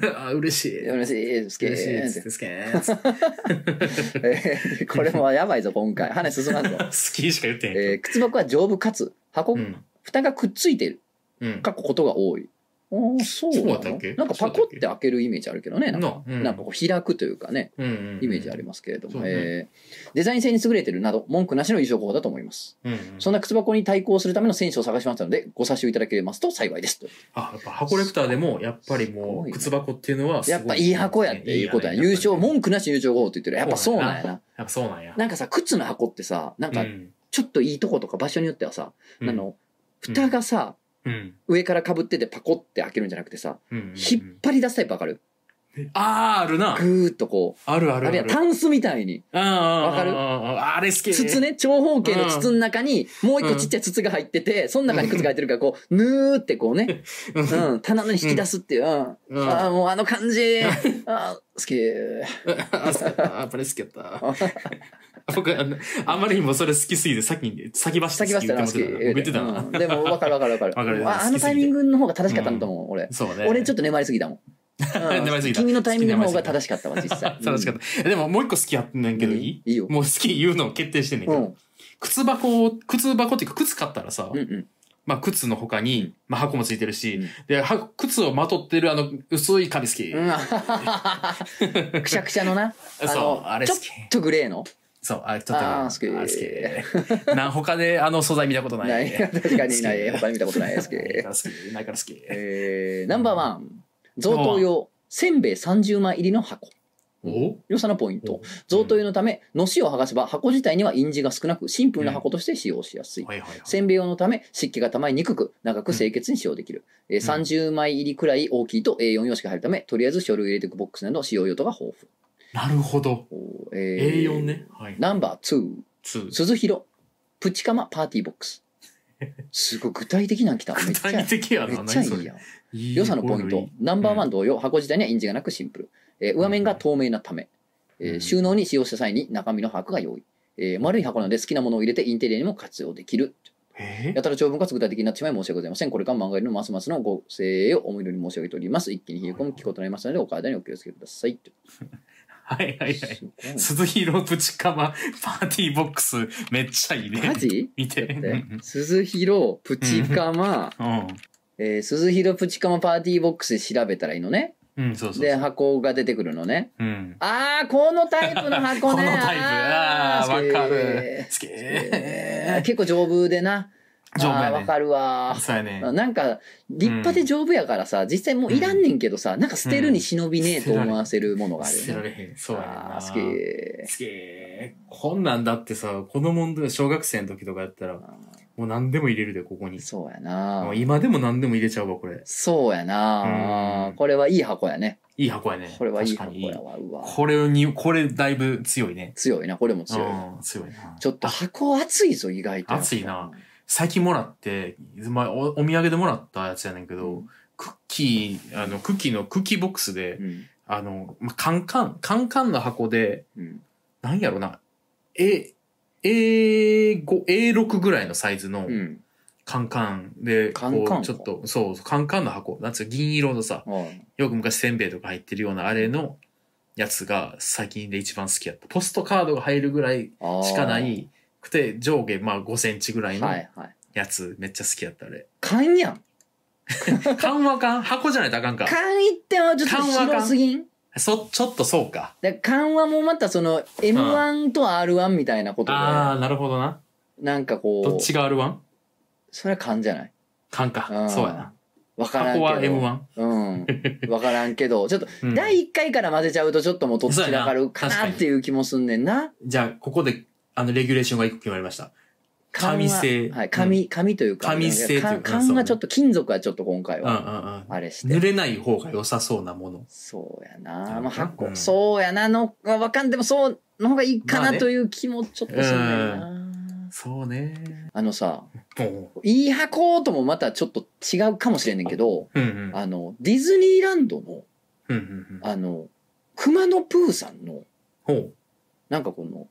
Speaker 2: なあ嬉しい
Speaker 1: 「よろしいですけ
Speaker 2: 嬉しい
Speaker 1: ー
Speaker 2: で
Speaker 1: って
Speaker 2: すですけ ー
Speaker 1: えーこれもやばいぞ今回話進ま んぞ、
Speaker 2: 好きしか言ってへんけ
Speaker 1: えー靴箱は丈夫かつ箱、
Speaker 2: どうん
Speaker 1: 蓋がくっついている
Speaker 2: うん
Speaker 1: かっこことが多いあーそうな
Speaker 2: そうだ
Speaker 1: の
Speaker 2: ったっけ
Speaker 1: なんかパコって開けるイメージあるけどねなんか
Speaker 2: なうん
Speaker 1: なんかこう開くというかね
Speaker 2: うんうん
Speaker 1: イメージありますけれども、
Speaker 2: そうね
Speaker 1: えーデザイン性に優れてるなど文句なしの優勝候補だと思います、
Speaker 2: うんうん
Speaker 1: そんな靴箱に対抗するための選手を探しましたのでご差しをいただけますと幸いですと
Speaker 2: あやっぱ箱コレクターでもやっぱり
Speaker 1: す
Speaker 2: も
Speaker 1: ごいうね
Speaker 2: 靴箱っていうのはすご
Speaker 1: やっぱいい箱やっていうことや
Speaker 2: い
Speaker 1: 優勝
Speaker 2: も
Speaker 1: 文句なし優勝候補って言ってるやっぱそうなんやな
Speaker 2: やっぱそうなんや
Speaker 1: なんかさ靴の箱ってさなんか
Speaker 2: うん
Speaker 1: ちょっといいとことか場所によってはさ、
Speaker 2: うん
Speaker 1: あの蓋がさ、
Speaker 2: うん
Speaker 1: 上からかぶっててパコって開けるんじゃなくてさ
Speaker 2: うんうんうん
Speaker 1: 引っ張り出すタイプわかる
Speaker 2: あーあるな
Speaker 1: ぐーっとこう
Speaker 2: あるある
Speaker 1: あ
Speaker 2: あ
Speaker 1: るい
Speaker 2: る
Speaker 1: はタンスみたいに
Speaker 2: ああ
Speaker 1: わかる
Speaker 2: あああれ好き
Speaker 1: 筒ね長方形の筒の中にもう一個ちっちゃい筒が入っててその中に靴が入ってるからこうぬーってこうね、
Speaker 2: う
Speaker 1: うん、棚の引き出すっていう、うん
Speaker 2: うん
Speaker 1: ああ
Speaker 2: あ
Speaker 1: もうあの感じあー好き
Speaker 2: やっぱり好きやった僕あのあまりにもそれ好きすぎて先に先走っ
Speaker 1: 先
Speaker 2: て
Speaker 1: 走ったな好き
Speaker 2: 言ってたな
Speaker 1: うんでも分かる分かる分かる
Speaker 2: わかる
Speaker 1: ああ
Speaker 2: 好
Speaker 1: の
Speaker 2: きす
Speaker 1: タ
Speaker 2: ぎ
Speaker 1: イ
Speaker 2: て
Speaker 1: ミングの方が正しかったんだと思う、俺
Speaker 2: そうね
Speaker 1: 俺ちょっ
Speaker 2: っ
Speaker 1: と粘りすぎ たもん、うん
Speaker 2: 粘りすぎた
Speaker 1: 君のタイミングの方が正しかったわ実 際
Speaker 2: 楽しかったでももう一個好きやってんねんけど
Speaker 1: うん
Speaker 2: い
Speaker 1: いい
Speaker 2: い
Speaker 1: よ
Speaker 2: もう好き言うのを決定してんねん
Speaker 1: う
Speaker 2: け
Speaker 1: ん
Speaker 2: ど靴箱を靴箱っていうか靴買ったらさ
Speaker 1: うんうん
Speaker 2: まあ靴の他にまあ箱もついてるし
Speaker 1: うん
Speaker 2: では靴をまとってるあの薄い紙好き
Speaker 1: うんあははは はくしゃくしゃのなあ
Speaker 2: そう
Speaker 1: の
Speaker 2: あれ
Speaker 1: ちょ
Speaker 2: 好
Speaker 1: っ
Speaker 2: き
Speaker 1: とグレーの
Speaker 2: そう、あれちょっと、
Speaker 1: あー好
Speaker 2: 好き。 なん他であの素材見たことない。
Speaker 1: ない
Speaker 2: 好き
Speaker 1: 確かにない他に見たことないですけど
Speaker 2: ないから好き。ないから好き。
Speaker 1: えーナンバーワン贈答用せんべい30枚入りの箱
Speaker 2: お
Speaker 1: 良さのポイント贈答用のためのしを剥がせば箱自体には印字が少なくシンプルな箱として使用しやすい、
Speaker 2: はいはいはい。
Speaker 1: せんべい用のため湿気がたまりにくく長く清潔に使用できる、えー
Speaker 2: うん
Speaker 1: 30枚入りくらい大きいと A4 用紙が入るためとりあえず書類入れていくボックスなど使用用途が豊
Speaker 2: なるほど。
Speaker 1: 富、おー
Speaker 2: A4 ね。はい。
Speaker 1: ナンバー2
Speaker 2: ツー。
Speaker 1: 鈴広プチカマパーティーボック スすごい具体的なん来ためっ
Speaker 2: 具
Speaker 1: ちゃ
Speaker 2: 体的や
Speaker 1: め
Speaker 2: な。
Speaker 1: っちゃい
Speaker 2: 何そ
Speaker 1: い
Speaker 2: れ
Speaker 1: やん良さのポイント。ナンバーワ
Speaker 2: う
Speaker 1: ン同様、箱自体には印字がなくシンプル。えー上面が透明なため、えー
Speaker 2: うん
Speaker 1: 収納に使用した際に中身の把握が用意。えー丸い箱なので好きなものを入れてインテリアにも活用できる。
Speaker 2: え
Speaker 1: やたら長文が具体的になってしまい申し訳ございません。これから漫画よりのますますのご声援を思いより申し上げております。一気に冷え込む気候となりますので、お体にお気をつけください。
Speaker 2: はいはいはい。
Speaker 1: すごい
Speaker 2: 鈴ヒロプチカマパーティーボックスめっちゃいいね。
Speaker 1: マジ
Speaker 2: 見て。
Speaker 1: だっ
Speaker 2: う
Speaker 1: て
Speaker 2: ん。
Speaker 1: 鈴広プチカマ、えー、鈴広プチカマパーティーボックスで調べたらいいのね。
Speaker 2: うんうん、そうそう
Speaker 1: で、
Speaker 2: そう。
Speaker 1: 箱が出てくるのね。
Speaker 2: うん。
Speaker 1: あー、このタイプの箱
Speaker 2: こ
Speaker 1: ね。
Speaker 2: のタイプ。ああ、
Speaker 1: ー
Speaker 2: わか
Speaker 1: え
Speaker 2: る
Speaker 1: ー。
Speaker 2: 好き。
Speaker 1: えー結構丈夫でな。
Speaker 2: 丈夫
Speaker 1: あ
Speaker 2: や
Speaker 1: ーわ
Speaker 2: ね。
Speaker 1: かるわ。
Speaker 2: そうやね。
Speaker 1: なんか、立派で丈夫やからさ、実際もういらんねんけどさ、なんか捨てるに忍びねえと思わせるものがあ
Speaker 2: 捨てら
Speaker 1: る
Speaker 2: れへん。そうやねんな。
Speaker 1: あー好き。
Speaker 2: すげえ。こんなんだってさ、子供の時小学生の時とかやったら、もう何でも入れるで、ここに。
Speaker 1: そうや
Speaker 2: も
Speaker 1: な
Speaker 2: う。今でも何でも入れちゃうわ、これ。
Speaker 1: そうやな
Speaker 2: うん
Speaker 1: これはいい箱やね。
Speaker 2: いい箱やね。
Speaker 1: これはいい箱
Speaker 2: 確かにいい
Speaker 1: やわ。うわ。
Speaker 2: これに、これだいぶ強いね。
Speaker 1: 強いな、これも強い。
Speaker 2: うん、強いな。
Speaker 1: ちょっと
Speaker 2: あ
Speaker 1: 箱熱いぞ、意外と。
Speaker 2: 熱いな最近もらって、まあ、おお土産でもらったやつやねんけど、
Speaker 1: うん
Speaker 2: クッキー、あの、クッキーのクッキーボックスで
Speaker 1: う、ん。
Speaker 2: あの、まあ、カンカン、カンカンの箱で、
Speaker 1: うん。
Speaker 2: なんやろな、A、A5、A6 ぐらいのサイズの、
Speaker 1: うん。
Speaker 2: カンカンで、
Speaker 1: カンカン
Speaker 2: こうちょっと、そう、カンカンの箱。なんつうの銀色のさ、
Speaker 1: はい
Speaker 2: よく昔せんべいとか入ってるようなあれの、やつが最近で一番好きやった。ポストカードが入るぐらいしかないくて、上下まあ5センチぐらいの
Speaker 1: はいはい
Speaker 2: やつ、めっちゃ好きやった、あれ。
Speaker 1: 缶やん
Speaker 2: 缶は缶箱じゃないとあかんか。
Speaker 1: 缶一点はちょっと
Speaker 2: 缶は缶
Speaker 1: 広すぎん
Speaker 2: そ、ちょっとそうか。
Speaker 1: だから缶はもうまたその M1 と R1 みたいなことで
Speaker 2: あー、なるほどな。
Speaker 1: なんかこう
Speaker 2: どっちが R1?
Speaker 1: それは缶じゃない
Speaker 2: 缶か
Speaker 1: ん。
Speaker 2: そうやな。
Speaker 1: わからんけ
Speaker 2: 箱
Speaker 1: ど
Speaker 2: は M1。
Speaker 1: うんわからんけ どちょっと
Speaker 2: うん
Speaker 1: 第1回から混ぜちゃうとちょっともうどっちらかるかなっていう気もすんねんな
Speaker 2: じゃあ、ここで、あの、レギュレーションが一個決まりました。
Speaker 1: 缶は
Speaker 2: 紙製
Speaker 1: はい、紙紙というか
Speaker 2: 紙製というか
Speaker 1: 缶
Speaker 2: そ
Speaker 1: 缶
Speaker 2: うね
Speaker 1: がちょっと金属はちょっと今回
Speaker 2: うんうん
Speaker 1: は
Speaker 2: うん。
Speaker 1: あれして
Speaker 2: 濡れない方が良さそうなもの。
Speaker 1: そうや
Speaker 2: なる
Speaker 1: な
Speaker 2: ほど
Speaker 1: まあ箱、
Speaker 2: うん
Speaker 1: そうやなのがわかんでもそうの方がいいか
Speaker 2: まあ
Speaker 1: な
Speaker 2: ね
Speaker 1: という気もちょっとするんだよな、
Speaker 2: そうね。
Speaker 1: あのさ
Speaker 2: うん
Speaker 1: いい箱ともまたちょっと違うかもしれんねんけど
Speaker 2: うんうん。
Speaker 1: あのディズニーランドの
Speaker 2: うんうんうん。
Speaker 1: あの熊野プーさんの
Speaker 2: ほう。
Speaker 1: なんかこの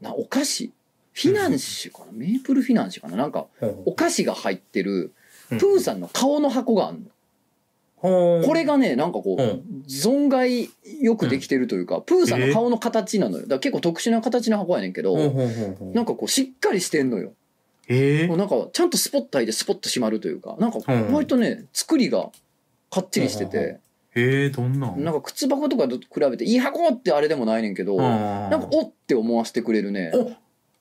Speaker 1: なお菓子フィナンシェかなメープルフィナンシェかななんかお菓子が入ってるプーさんの顔の箱があるの。
Speaker 2: ほう
Speaker 1: これがねなんかこう、
Speaker 2: うん
Speaker 1: 存外よくできてるというか、プーさんの顔の形なのよだから結構特殊な形の箱やねんけど、
Speaker 2: ほうほうほうほう
Speaker 1: なんかこうしっかりしてんのよ、
Speaker 2: ええ
Speaker 1: もうなんかちゃんとスポット入でスポッと閉まるというかなんか
Speaker 2: うん
Speaker 1: 割とね作りがかっちりしてて、
Speaker 2: ええどんなん
Speaker 1: なんか靴箱とかと比べていい箱ってあれでもないねんけど、
Speaker 2: うん
Speaker 1: なんかおって思わせてくれるね
Speaker 2: お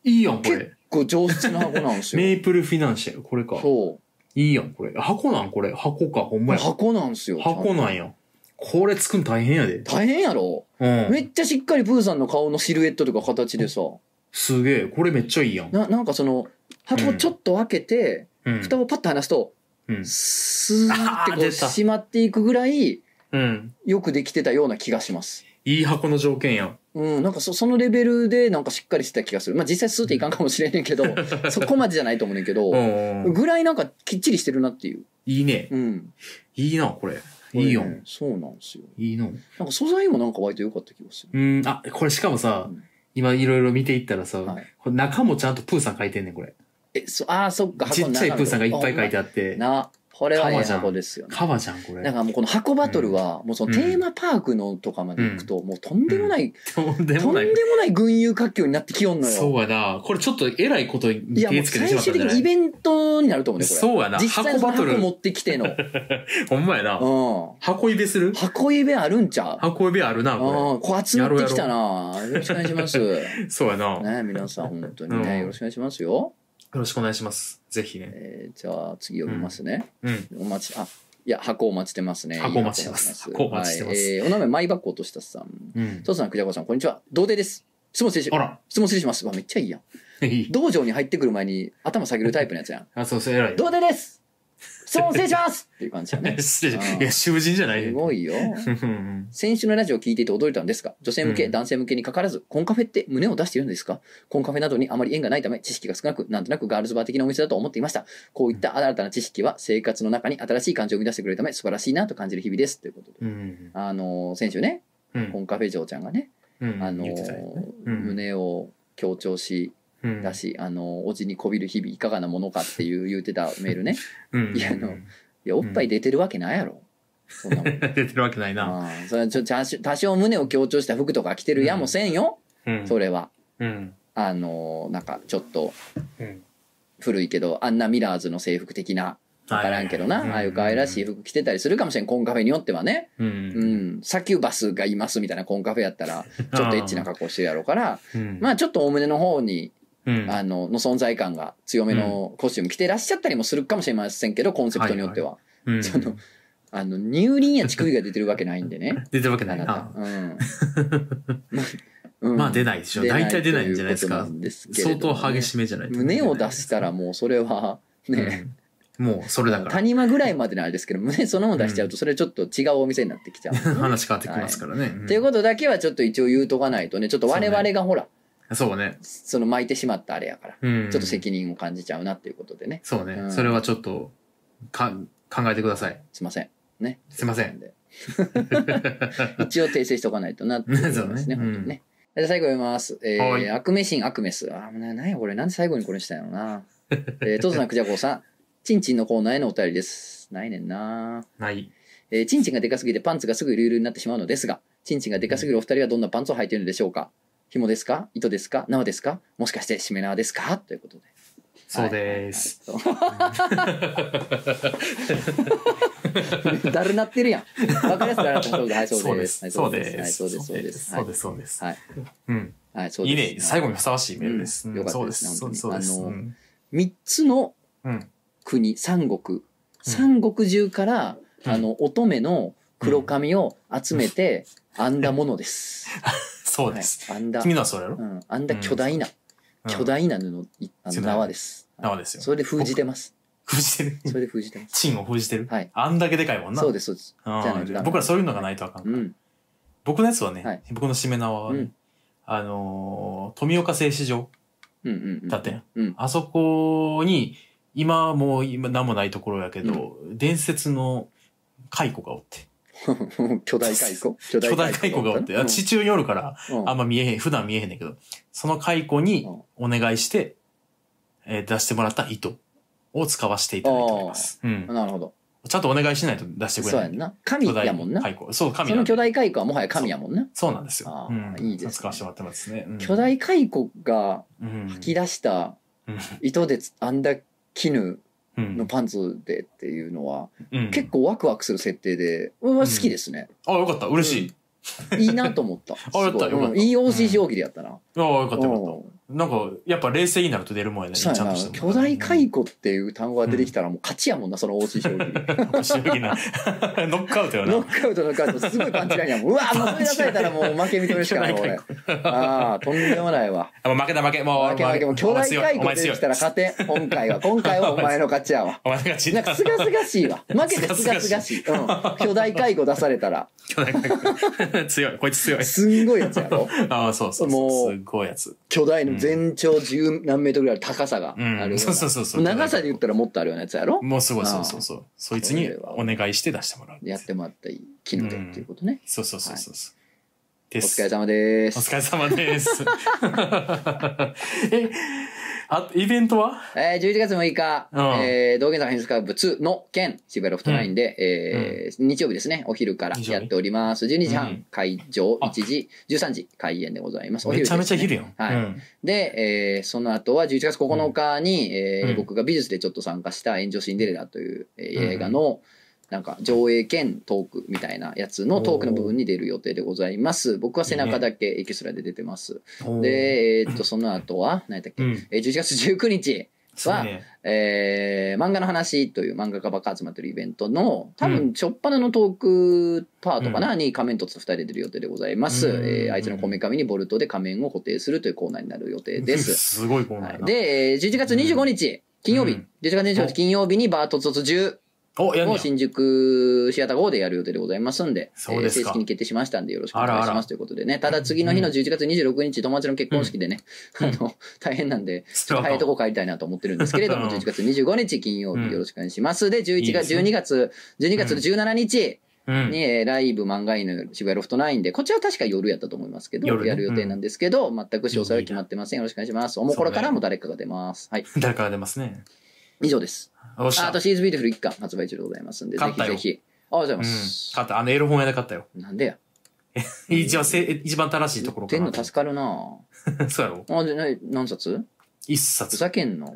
Speaker 2: いいやん、これ
Speaker 1: 結。構上質な箱なん です
Speaker 2: メ
Speaker 1: よ
Speaker 2: ープルフィナンシェ、これか。
Speaker 1: そ
Speaker 2: いいやん、これ。箱なん、これ。箱か、ほん
Speaker 1: う
Speaker 2: まや。
Speaker 1: 箱なんですよ
Speaker 2: 箱なんや。これ作ん大変やで。
Speaker 1: 大変やろ、
Speaker 2: う
Speaker 1: め
Speaker 2: ん。
Speaker 1: っちゃしっかりプーさんの顔のシルエットとか形でさ、
Speaker 2: すげえ。これめっちゃいいやん。
Speaker 1: ななんかその箱ちょっと開けて、
Speaker 2: うん。
Speaker 1: 蓋をパッと離すと、
Speaker 2: うん。
Speaker 1: スーって
Speaker 2: あー
Speaker 1: こう
Speaker 2: 出た
Speaker 1: 閉まっていくぐらい
Speaker 2: うん。
Speaker 1: よくできてたような気がします。
Speaker 2: いい箱の条件やん。
Speaker 1: うん、なんかそそのレベルでなんかしっかりしてた気がする。まあ実際スーっていかんかもしれんねん けど、そこまでじゃないと思うねんけど、
Speaker 2: うん。
Speaker 1: ぐらいなんかきっちりしてるなっていう。
Speaker 2: いいね。
Speaker 1: うん。
Speaker 2: いいな、これ。いいよ
Speaker 1: これ。ねそうなんですよ。
Speaker 2: いいの。
Speaker 1: なんか素材もなんか割と良かった気がする。
Speaker 2: うん、あ、これしかもさ
Speaker 1: うん、
Speaker 2: 今いろいろ見ていったらさ、
Speaker 1: はい
Speaker 2: これ中もちゃんとプーさん書いてんねん、これ。
Speaker 1: え、そああ、そっか、
Speaker 2: ちっちゃいプーさんがいっぱい書いて
Speaker 1: あ
Speaker 2: あって。
Speaker 1: な、これはええ
Speaker 2: 革じゃん
Speaker 1: 箱ですよね。
Speaker 2: カバじゃん、こ
Speaker 1: だ
Speaker 2: れ。
Speaker 1: からもうこの箱バトルは、もうそのテーマパークのとかまで行くと、もうとんでもない、
Speaker 2: とんで
Speaker 1: と
Speaker 2: も
Speaker 1: ん
Speaker 2: な
Speaker 1: で
Speaker 2: い。
Speaker 1: もない群雄割拠になってきよんのよ。
Speaker 2: そうやな。これちょっと偉いことに
Speaker 1: いやも
Speaker 2: 手
Speaker 1: う
Speaker 2: つけてし
Speaker 1: 最
Speaker 2: まった
Speaker 1: 終
Speaker 2: んじ
Speaker 1: 的
Speaker 2: ゃな
Speaker 1: にイ
Speaker 2: い
Speaker 1: ベントになると思うね、これ。
Speaker 2: そうやな。
Speaker 1: 実際
Speaker 2: 箱
Speaker 1: の
Speaker 2: バト
Speaker 1: 箱
Speaker 2: ル。
Speaker 1: 持ってき ての。
Speaker 2: ほんまやな。
Speaker 1: う
Speaker 2: 箱イベする
Speaker 1: ん。箱イベあるんちゃう
Speaker 2: 箱イベあるな、
Speaker 1: うん。
Speaker 2: こ
Speaker 1: こう集まってきたな。よろしくお願いします。ね
Speaker 2: れ。そうやな。よ
Speaker 1: 皆さん本当に
Speaker 2: う
Speaker 1: ね、
Speaker 2: ん
Speaker 1: よろしくお願いしますよ。
Speaker 2: ろしくお願いします。ぜひね。
Speaker 1: えーじゃあ次呼びますね。
Speaker 2: うん。
Speaker 1: お待ち、あ、いや、箱お待ちしてますね。
Speaker 2: 箱お待ちしてます
Speaker 1: いい箱お待ちしてますはいえーお名前、マイバッコとしたさん。
Speaker 2: うん。
Speaker 1: トツさん、クジャコさん、こんにちは。童貞です。質問失礼し
Speaker 2: あら。
Speaker 1: 質問失礼します。うわ、めっちゃいいやん。
Speaker 2: いい。
Speaker 1: 道場に入ってくる前に頭下げるタイプのやつやん。
Speaker 2: あ、そうそう、偉い。
Speaker 1: 童貞 です質問失礼しますっていう感じだね。
Speaker 2: 失礼し
Speaker 1: うん
Speaker 2: いや、囚人じゃないね
Speaker 1: すごいよ。
Speaker 2: うんうん
Speaker 1: 先週のラジオを聞いていて驚いたんですが、女性向け、
Speaker 2: うん
Speaker 1: 男性向けにかかわらず、コンカフェって胸を出しているんですかコンカフェなどにあまり縁がないため、知識が少なく、なんとなくガールズバー的なお店だと思っていました。こういった新たな知識は生活の中に新しい感情を生み出してくれるため、素晴らしいなと感じる日々です。ということで。
Speaker 2: うん
Speaker 1: あのー先週ね、
Speaker 2: うん
Speaker 1: コンカフェ嬢ちゃんがね、
Speaker 2: うん
Speaker 1: あのー
Speaker 2: 言ってたよねうん
Speaker 1: 胸を強調し、
Speaker 2: うん
Speaker 1: だし、あのーおじにこびる日々いかがなものかっていう言うてたメールね。
Speaker 2: うん
Speaker 1: いやあのいや、おっぱい出てるわけないやろ。そんなもん。
Speaker 2: 出てるわけないな
Speaker 1: ああそれはちょ多少多少胸を強調した服とか着てるやもせんよ、
Speaker 2: うん
Speaker 1: それは
Speaker 2: うん
Speaker 1: あのーなんかちょっと
Speaker 2: うん
Speaker 1: 古いけどあんなミラーズの制服的な分からんけどな、
Speaker 2: はい
Speaker 1: ああいう可愛らしい服着てたりするかもしれんコンカフェによってはね、
Speaker 2: う
Speaker 1: うん
Speaker 2: ん
Speaker 1: サキュバスがいますみたいなコンカフェやったらちょっとエッチな格好してるやろうから
Speaker 2: うん
Speaker 1: まあちょっとお胸の方に、
Speaker 2: うん
Speaker 1: あのの存在感が強めのコスチューム着てらっしゃったりもするかもしれませんけどコンセプトによっては、
Speaker 2: うん
Speaker 1: そのあの乳輪や乳首が出てるわけないんでね
Speaker 2: 出てるわけ な
Speaker 1: あ
Speaker 2: い
Speaker 1: なた
Speaker 2: な。
Speaker 1: うん。うん
Speaker 2: まあ出ないでしょ大体出ないんじゃないです
Speaker 1: とうこ
Speaker 2: か
Speaker 1: となんですけれ
Speaker 2: 相
Speaker 1: ども
Speaker 2: 当
Speaker 1: ね
Speaker 2: 激しめじゃないと
Speaker 1: 胸を出したらもうそれはね、
Speaker 2: うんもうそれだから
Speaker 1: 谷間ぐらいまでのあれですけど胸そのもの出しちゃうとそれちょっと違うお店になってきちゃう。
Speaker 2: 話変わってきますからねうん
Speaker 1: っていうことだけはちょっと一応言うとかないとねちょっと我々がほら
Speaker 2: そうね
Speaker 1: その巻いてしまったあれやから
Speaker 2: ちょ
Speaker 1: ちょっと責任を感じちゃうなっていうことでね
Speaker 2: そうね
Speaker 1: うん
Speaker 2: それはちょっとか考えてくだ さい
Speaker 1: すいません。
Speaker 2: すいません
Speaker 1: なんで一応訂正しておかないとなって思いますね、
Speaker 2: そうね
Speaker 1: 本当にね。じゃあ最後読みます。え
Speaker 2: は
Speaker 1: ー、
Speaker 2: い
Speaker 1: アクメシン、アクメス。あー、ななんやこれ、なんで最後にこれしたんやろな。えー、トズナクジャコウさん、チンチンのコーナーへのお便りです。ないねんな。
Speaker 2: ない
Speaker 1: えー、チンチンがでかすぎてパンツがすぐゆるゆるになってしまうのですが、チンチンがでかすぎるお二人はどんなパンツを履いているのでしょうか紐ですか糸ですか縄ですかもしかしてしめ縄ですかということで。
Speaker 2: そうです。
Speaker 1: だるなってるやん。わかりやすくだるなってますはい、
Speaker 2: そ
Speaker 1: そうう
Speaker 2: で。
Speaker 1: ですす。
Speaker 2: そ
Speaker 1: はい、はい、そ
Speaker 2: うです。
Speaker 1: うです。そうです。
Speaker 2: そ
Speaker 1: は
Speaker 2: う
Speaker 1: い
Speaker 2: です。そうです。
Speaker 1: はい。
Speaker 2: うん。
Speaker 1: はい、そう
Speaker 2: いい
Speaker 1: です。
Speaker 2: ね。最後にふさわしいメールです。
Speaker 1: うん
Speaker 2: うん
Speaker 1: よかった
Speaker 2: そう
Speaker 1: で
Speaker 2: ですす。そうです。そう
Speaker 1: 本当
Speaker 2: で
Speaker 1: に
Speaker 2: す。
Speaker 1: あの
Speaker 2: うん
Speaker 1: 3つの
Speaker 2: うん。
Speaker 1: 国三国三国中から、
Speaker 2: うん
Speaker 1: あの乙女の黒髪を集めて編んだものです。
Speaker 2: そうです。
Speaker 1: はい、編んだ、
Speaker 2: 君のはそれやろ
Speaker 1: うん、編んだ巨大な、
Speaker 2: うん
Speaker 1: 巨大な布いあ
Speaker 2: 巨
Speaker 1: の
Speaker 2: 大
Speaker 1: 縄です。
Speaker 2: 縄ですよ
Speaker 1: それで封じてます。
Speaker 2: 封じてる。
Speaker 1: それで封じて ます。
Speaker 2: チンを封じてる。
Speaker 1: はい。
Speaker 2: あんだけでかいもんな。
Speaker 1: そうですそうです。
Speaker 2: うん
Speaker 1: じゃないとダメ
Speaker 2: 僕らそういうのがないとあかん
Speaker 1: う。ん
Speaker 2: 僕のやつはね、
Speaker 1: はい
Speaker 2: 僕のしめ縄はね、
Speaker 1: うん
Speaker 2: あのー富岡製糸場
Speaker 1: うんうんうん。
Speaker 2: だってん、
Speaker 1: うん
Speaker 2: あそこに今もう今何もないところやけど、伝説の蚕がおって
Speaker 1: 巨大解雇巨
Speaker 2: 巨大蚕がおって、あ地中におるからあんま見えへん普段見えへんねんけどその蚕にお願いして、えー出してもらった糸を使わせていただいております、うん
Speaker 1: うん、なるほど。
Speaker 2: ちゃんとお願いしないと出してくれ
Speaker 1: そう
Speaker 2: な
Speaker 1: や
Speaker 2: い
Speaker 1: んな。神やもんな。
Speaker 2: 蚕そう神
Speaker 1: そ
Speaker 2: な
Speaker 1: の
Speaker 2: んで
Speaker 1: 巨大解雇はもはや神やもんな。
Speaker 2: そうなんですよ
Speaker 1: あ、
Speaker 2: う
Speaker 1: ー
Speaker 2: ん、
Speaker 1: いいですね
Speaker 2: 使わせてもらってますね、うん
Speaker 1: 巨大解雇が
Speaker 2: うん
Speaker 1: 吐き出した
Speaker 2: うん
Speaker 1: 糸で編んだ絹
Speaker 2: うん
Speaker 1: のパンツでっていうのは
Speaker 2: うん
Speaker 1: 結構ワクワクする設定で、うわ好きですね、
Speaker 2: あ、よかった。嬉しい。
Speaker 1: いいなと思った
Speaker 2: あやった
Speaker 1: すごい
Speaker 2: よかった
Speaker 1: いい OG 定規でやったな、
Speaker 2: あよかった、よかっ
Speaker 1: うん
Speaker 2: た。なんか、やっぱ冷静になると出るもんやね。ち
Speaker 1: そ
Speaker 2: ゃ
Speaker 1: うんやな
Speaker 2: としたも
Speaker 1: 巨
Speaker 2: んね。
Speaker 1: 大解雇っていう単語が出てきたらもう勝ちやもんなその OG 定 規
Speaker 2: うん。不思議 な。ノックアウトよ
Speaker 1: ノ
Speaker 2: な。
Speaker 1: ックアウトノックアウトすごいパンチラインやもんうわ もうそれ出されたらもう負け認めるしかないわ俺ああとんでもないわ
Speaker 2: あ、もう負けた負け。もう、
Speaker 1: 負け負けもう巨大解
Speaker 2: お
Speaker 1: 雇
Speaker 2: 前
Speaker 1: 出
Speaker 2: 強
Speaker 1: て
Speaker 2: い
Speaker 1: きたら。勝てん今回は今回はお前の勝ちやわ
Speaker 2: お前がち
Speaker 1: なんかすがすがし いわ負けてすがすがしい、うん、巨大解雇出されたら
Speaker 2: 巨大解 強い。こいつ強い。
Speaker 1: すんごいやつやろ
Speaker 2: あそうそう
Speaker 1: も
Speaker 2: そうう。すごいやつ。
Speaker 1: 巨大の全長十何メートルぐらいの高さがあ
Speaker 2: う
Speaker 1: るような、
Speaker 2: ん。そうそうそうそう。
Speaker 1: 長さで言ったらもっとあるようなやつやろ
Speaker 2: もうすごい、そうそうそう。そいつにお願いして出してもらう。
Speaker 1: やってもらったいい絹でっていうことね、
Speaker 2: そうそうそうそうそう。
Speaker 1: お
Speaker 2: で
Speaker 1: 疲
Speaker 2: す
Speaker 1: れ。様で
Speaker 2: お
Speaker 1: す
Speaker 2: 疲れ様です。 え、あ、イベントは
Speaker 1: えー、11月6日、
Speaker 2: うん
Speaker 1: えー、道玄坂変術化物の県渋谷ロフト9で、えー日曜日ですねお昼からやっております12時半、
Speaker 2: うん
Speaker 1: 会場
Speaker 2: あ
Speaker 1: 1時13時開演でございますお
Speaker 2: め
Speaker 1: 昼
Speaker 2: ちゃめちゃ
Speaker 1: ですね
Speaker 2: 昼やん。
Speaker 1: はい
Speaker 2: うん
Speaker 1: で、えーその後は11月9日に、えー
Speaker 2: うん
Speaker 1: 僕が美術でちょっと参加した「炎上シンデレラ」という、えー
Speaker 2: うん
Speaker 1: 映画のなんか上映兼トークみたいなやつのトークの部分に出る予定でございます僕は背中だけエキストラで出てますで、えーっとその後は何やったっけ、
Speaker 2: うん、
Speaker 1: えー11月19日
Speaker 2: そうね、
Speaker 1: えー漫画の話という漫画家ばっか集まってるイベントの多分初っ端のトークパートかな、に仮面凸と2人で出る予定でございます、
Speaker 2: うん
Speaker 1: えーあいつのこめかみにボルトで仮面を固定するというコーナーになる予定です、
Speaker 2: すごいコーナー
Speaker 1: は
Speaker 2: や
Speaker 1: い、
Speaker 2: な、
Speaker 1: でえー11月25日金曜日、
Speaker 2: うん
Speaker 1: 11月25日金曜日にバートツ10
Speaker 2: お、やんね
Speaker 1: を
Speaker 2: や
Speaker 1: 新宿シアター5でやる予定でございますんで
Speaker 2: そうです
Speaker 1: 正
Speaker 2: か
Speaker 1: 式に決定しましたんでよろしくお願いします
Speaker 2: あらあら
Speaker 1: ということでねただ次の日の11月26日友達の結婚式でね、
Speaker 2: う ん
Speaker 1: あの大変なんで
Speaker 2: それはあかん
Speaker 1: 早いとこ帰りたいなと思ってるんですけれど
Speaker 2: う
Speaker 1: も、
Speaker 2: ん
Speaker 1: 11月25日金曜
Speaker 2: うん
Speaker 1: 日よろしくお願いします。で、
Speaker 2: いい
Speaker 1: 11
Speaker 2: です
Speaker 1: 月、
Speaker 2: ね
Speaker 1: 12月、12月の17日
Speaker 2: うん
Speaker 1: に、えーライブ漫画犬渋谷ロフト9で、こちらは確か夜やったと思いますけど、
Speaker 2: 夜ね
Speaker 1: やる予定なんですけど、全く詳細は決まってません。よろしくお願いします。おもころからも誰かが出ます。はい。
Speaker 2: 誰から出ますね。
Speaker 1: 以上です。
Speaker 2: おっし
Speaker 1: あ
Speaker 2: ゃ。
Speaker 1: あと、シーズビートフル1巻発売中でございますんで、ぜ
Speaker 2: 買っ
Speaker 1: ひ
Speaker 2: たよ
Speaker 1: ぜひ。ありがとう
Speaker 2: うん、
Speaker 1: ございま
Speaker 2: 買
Speaker 1: す。
Speaker 2: った。あの、エロ本屋で買ったよ。
Speaker 1: なんでや。
Speaker 2: 一番せ、一番正しいところか
Speaker 1: 全
Speaker 2: な
Speaker 1: の。助かるな
Speaker 2: そうやろ。
Speaker 1: あ、で、な何冊
Speaker 2: 一
Speaker 1: ふ
Speaker 2: 冊。
Speaker 1: ざけんな、お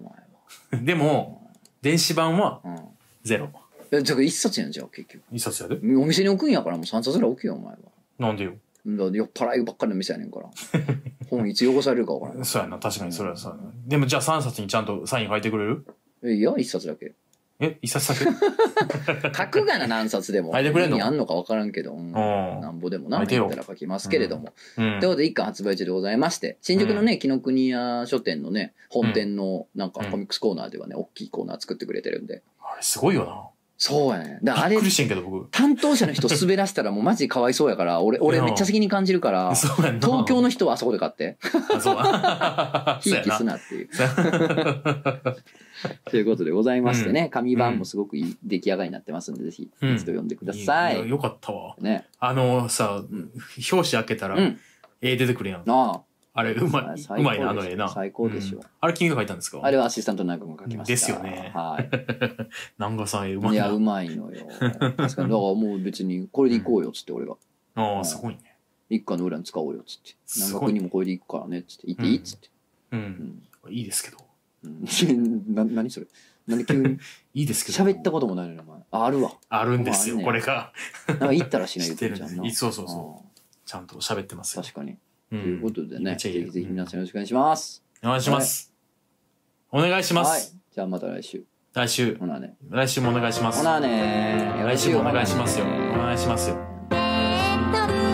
Speaker 1: 前
Speaker 2: でも、電子版は
Speaker 1: は。
Speaker 2: ゼロ。
Speaker 1: うん。え、じゃあ1冊やん、じゃあ、結局。
Speaker 2: 一冊やで。
Speaker 1: お店に置くんやから、もう3冊ぐらい置くよ、お前は。
Speaker 2: なんでよ。
Speaker 1: だって酔っ払いばっかりの店やねんから 本いつ汚されるか分から
Speaker 2: そうやな。確かにそれはそうやな。でも、じゃあ3冊にちゃんとサイン書いてくれる
Speaker 1: ないいや一冊だけ
Speaker 2: え、一冊だ け
Speaker 1: 書くがな何冊でも
Speaker 2: 書いてくれんの
Speaker 1: 意味あんのか分からんけど、うん
Speaker 2: ん
Speaker 1: なんぼでもな
Speaker 2: 書いてよ
Speaker 1: 言ったら書きますけれども、
Speaker 2: うん
Speaker 1: ということで一巻発売中でございまして新宿のね紀ノ国屋書店のね本店のなんか
Speaker 2: うん
Speaker 1: コミックスコーナーではね大きいコーナー作ってくれてるんで
Speaker 2: あれ、すごいよ
Speaker 1: そうやねだから
Speaker 2: な。
Speaker 1: あ
Speaker 2: び
Speaker 1: れ
Speaker 2: っくりしてんけど、僕。
Speaker 1: 担当者の人滑らせたらもうマジかわいそうやから俺俺めっちゃ責任感じるから
Speaker 2: そうやんな。
Speaker 1: 東京の人はあそこで買って
Speaker 2: あ、 そう。
Speaker 1: ひ
Speaker 2: そ
Speaker 1: い
Speaker 2: うや
Speaker 1: きす
Speaker 2: な。
Speaker 1: なっていう ということでございましてね、紙版もすごくいい出来上がりになってますんで、ぜひ一
Speaker 2: うん
Speaker 1: 度読んでください。
Speaker 2: やよかったわ。
Speaker 1: ね。
Speaker 2: あのさ
Speaker 1: ん、
Speaker 2: 表紙開けたら
Speaker 1: う、ん。
Speaker 2: 絵出てくるやん。
Speaker 1: あ
Speaker 2: あれ、うま
Speaker 1: あ
Speaker 2: い、
Speaker 1: 最高
Speaker 2: うまいな、あ
Speaker 1: で
Speaker 2: の
Speaker 1: す
Speaker 2: 絵な。
Speaker 1: 最高でしょ
Speaker 2: うんあれ、君が描いたんですか
Speaker 1: あ、あれはアシスタントの中君が書きました。
Speaker 2: ですよね
Speaker 1: はい。
Speaker 2: 南賀さん絵うま
Speaker 1: い
Speaker 2: い
Speaker 1: や、
Speaker 2: な
Speaker 1: う。まいのよ。確かに。だからもう別に、これでいこうよ、っつって俺が。
Speaker 2: ああ、すごいね。
Speaker 1: 一家の裏に使おうよっつって
Speaker 2: す
Speaker 1: 何
Speaker 2: ごい
Speaker 1: 学にもこれで行くからねっつって行っていいっつって、
Speaker 2: うん、いいですけど
Speaker 1: うん、 な何それなんで急に
Speaker 2: いいですけど
Speaker 1: 喋ったこともないのにお前ああるわ
Speaker 2: あるんですよ、
Speaker 1: まあ
Speaker 2: こ
Speaker 1: ある
Speaker 2: れが
Speaker 1: なんか行ったらしない
Speaker 2: 知
Speaker 1: 言
Speaker 2: っ
Speaker 1: っ てて
Speaker 2: る
Speaker 1: るじゃ
Speaker 2: んで
Speaker 1: ん
Speaker 2: す
Speaker 1: な
Speaker 2: そうそうそうちゃんと喋ってます
Speaker 1: あ
Speaker 2: よ
Speaker 1: ー、確かに、
Speaker 2: う
Speaker 1: ということで
Speaker 2: めっ
Speaker 1: ね
Speaker 2: ち
Speaker 1: ぜ
Speaker 2: ゃいい
Speaker 1: ひぜひ皆さんよろしくお願いします、
Speaker 2: お願いします、お願いします、
Speaker 1: はいじゃあまた来週
Speaker 2: 来週
Speaker 1: ほなね
Speaker 2: 来週もお願いします
Speaker 1: ほなね
Speaker 2: 来週もお願いしますよお
Speaker 1: よ
Speaker 2: 願いしますよ
Speaker 4: 「えっと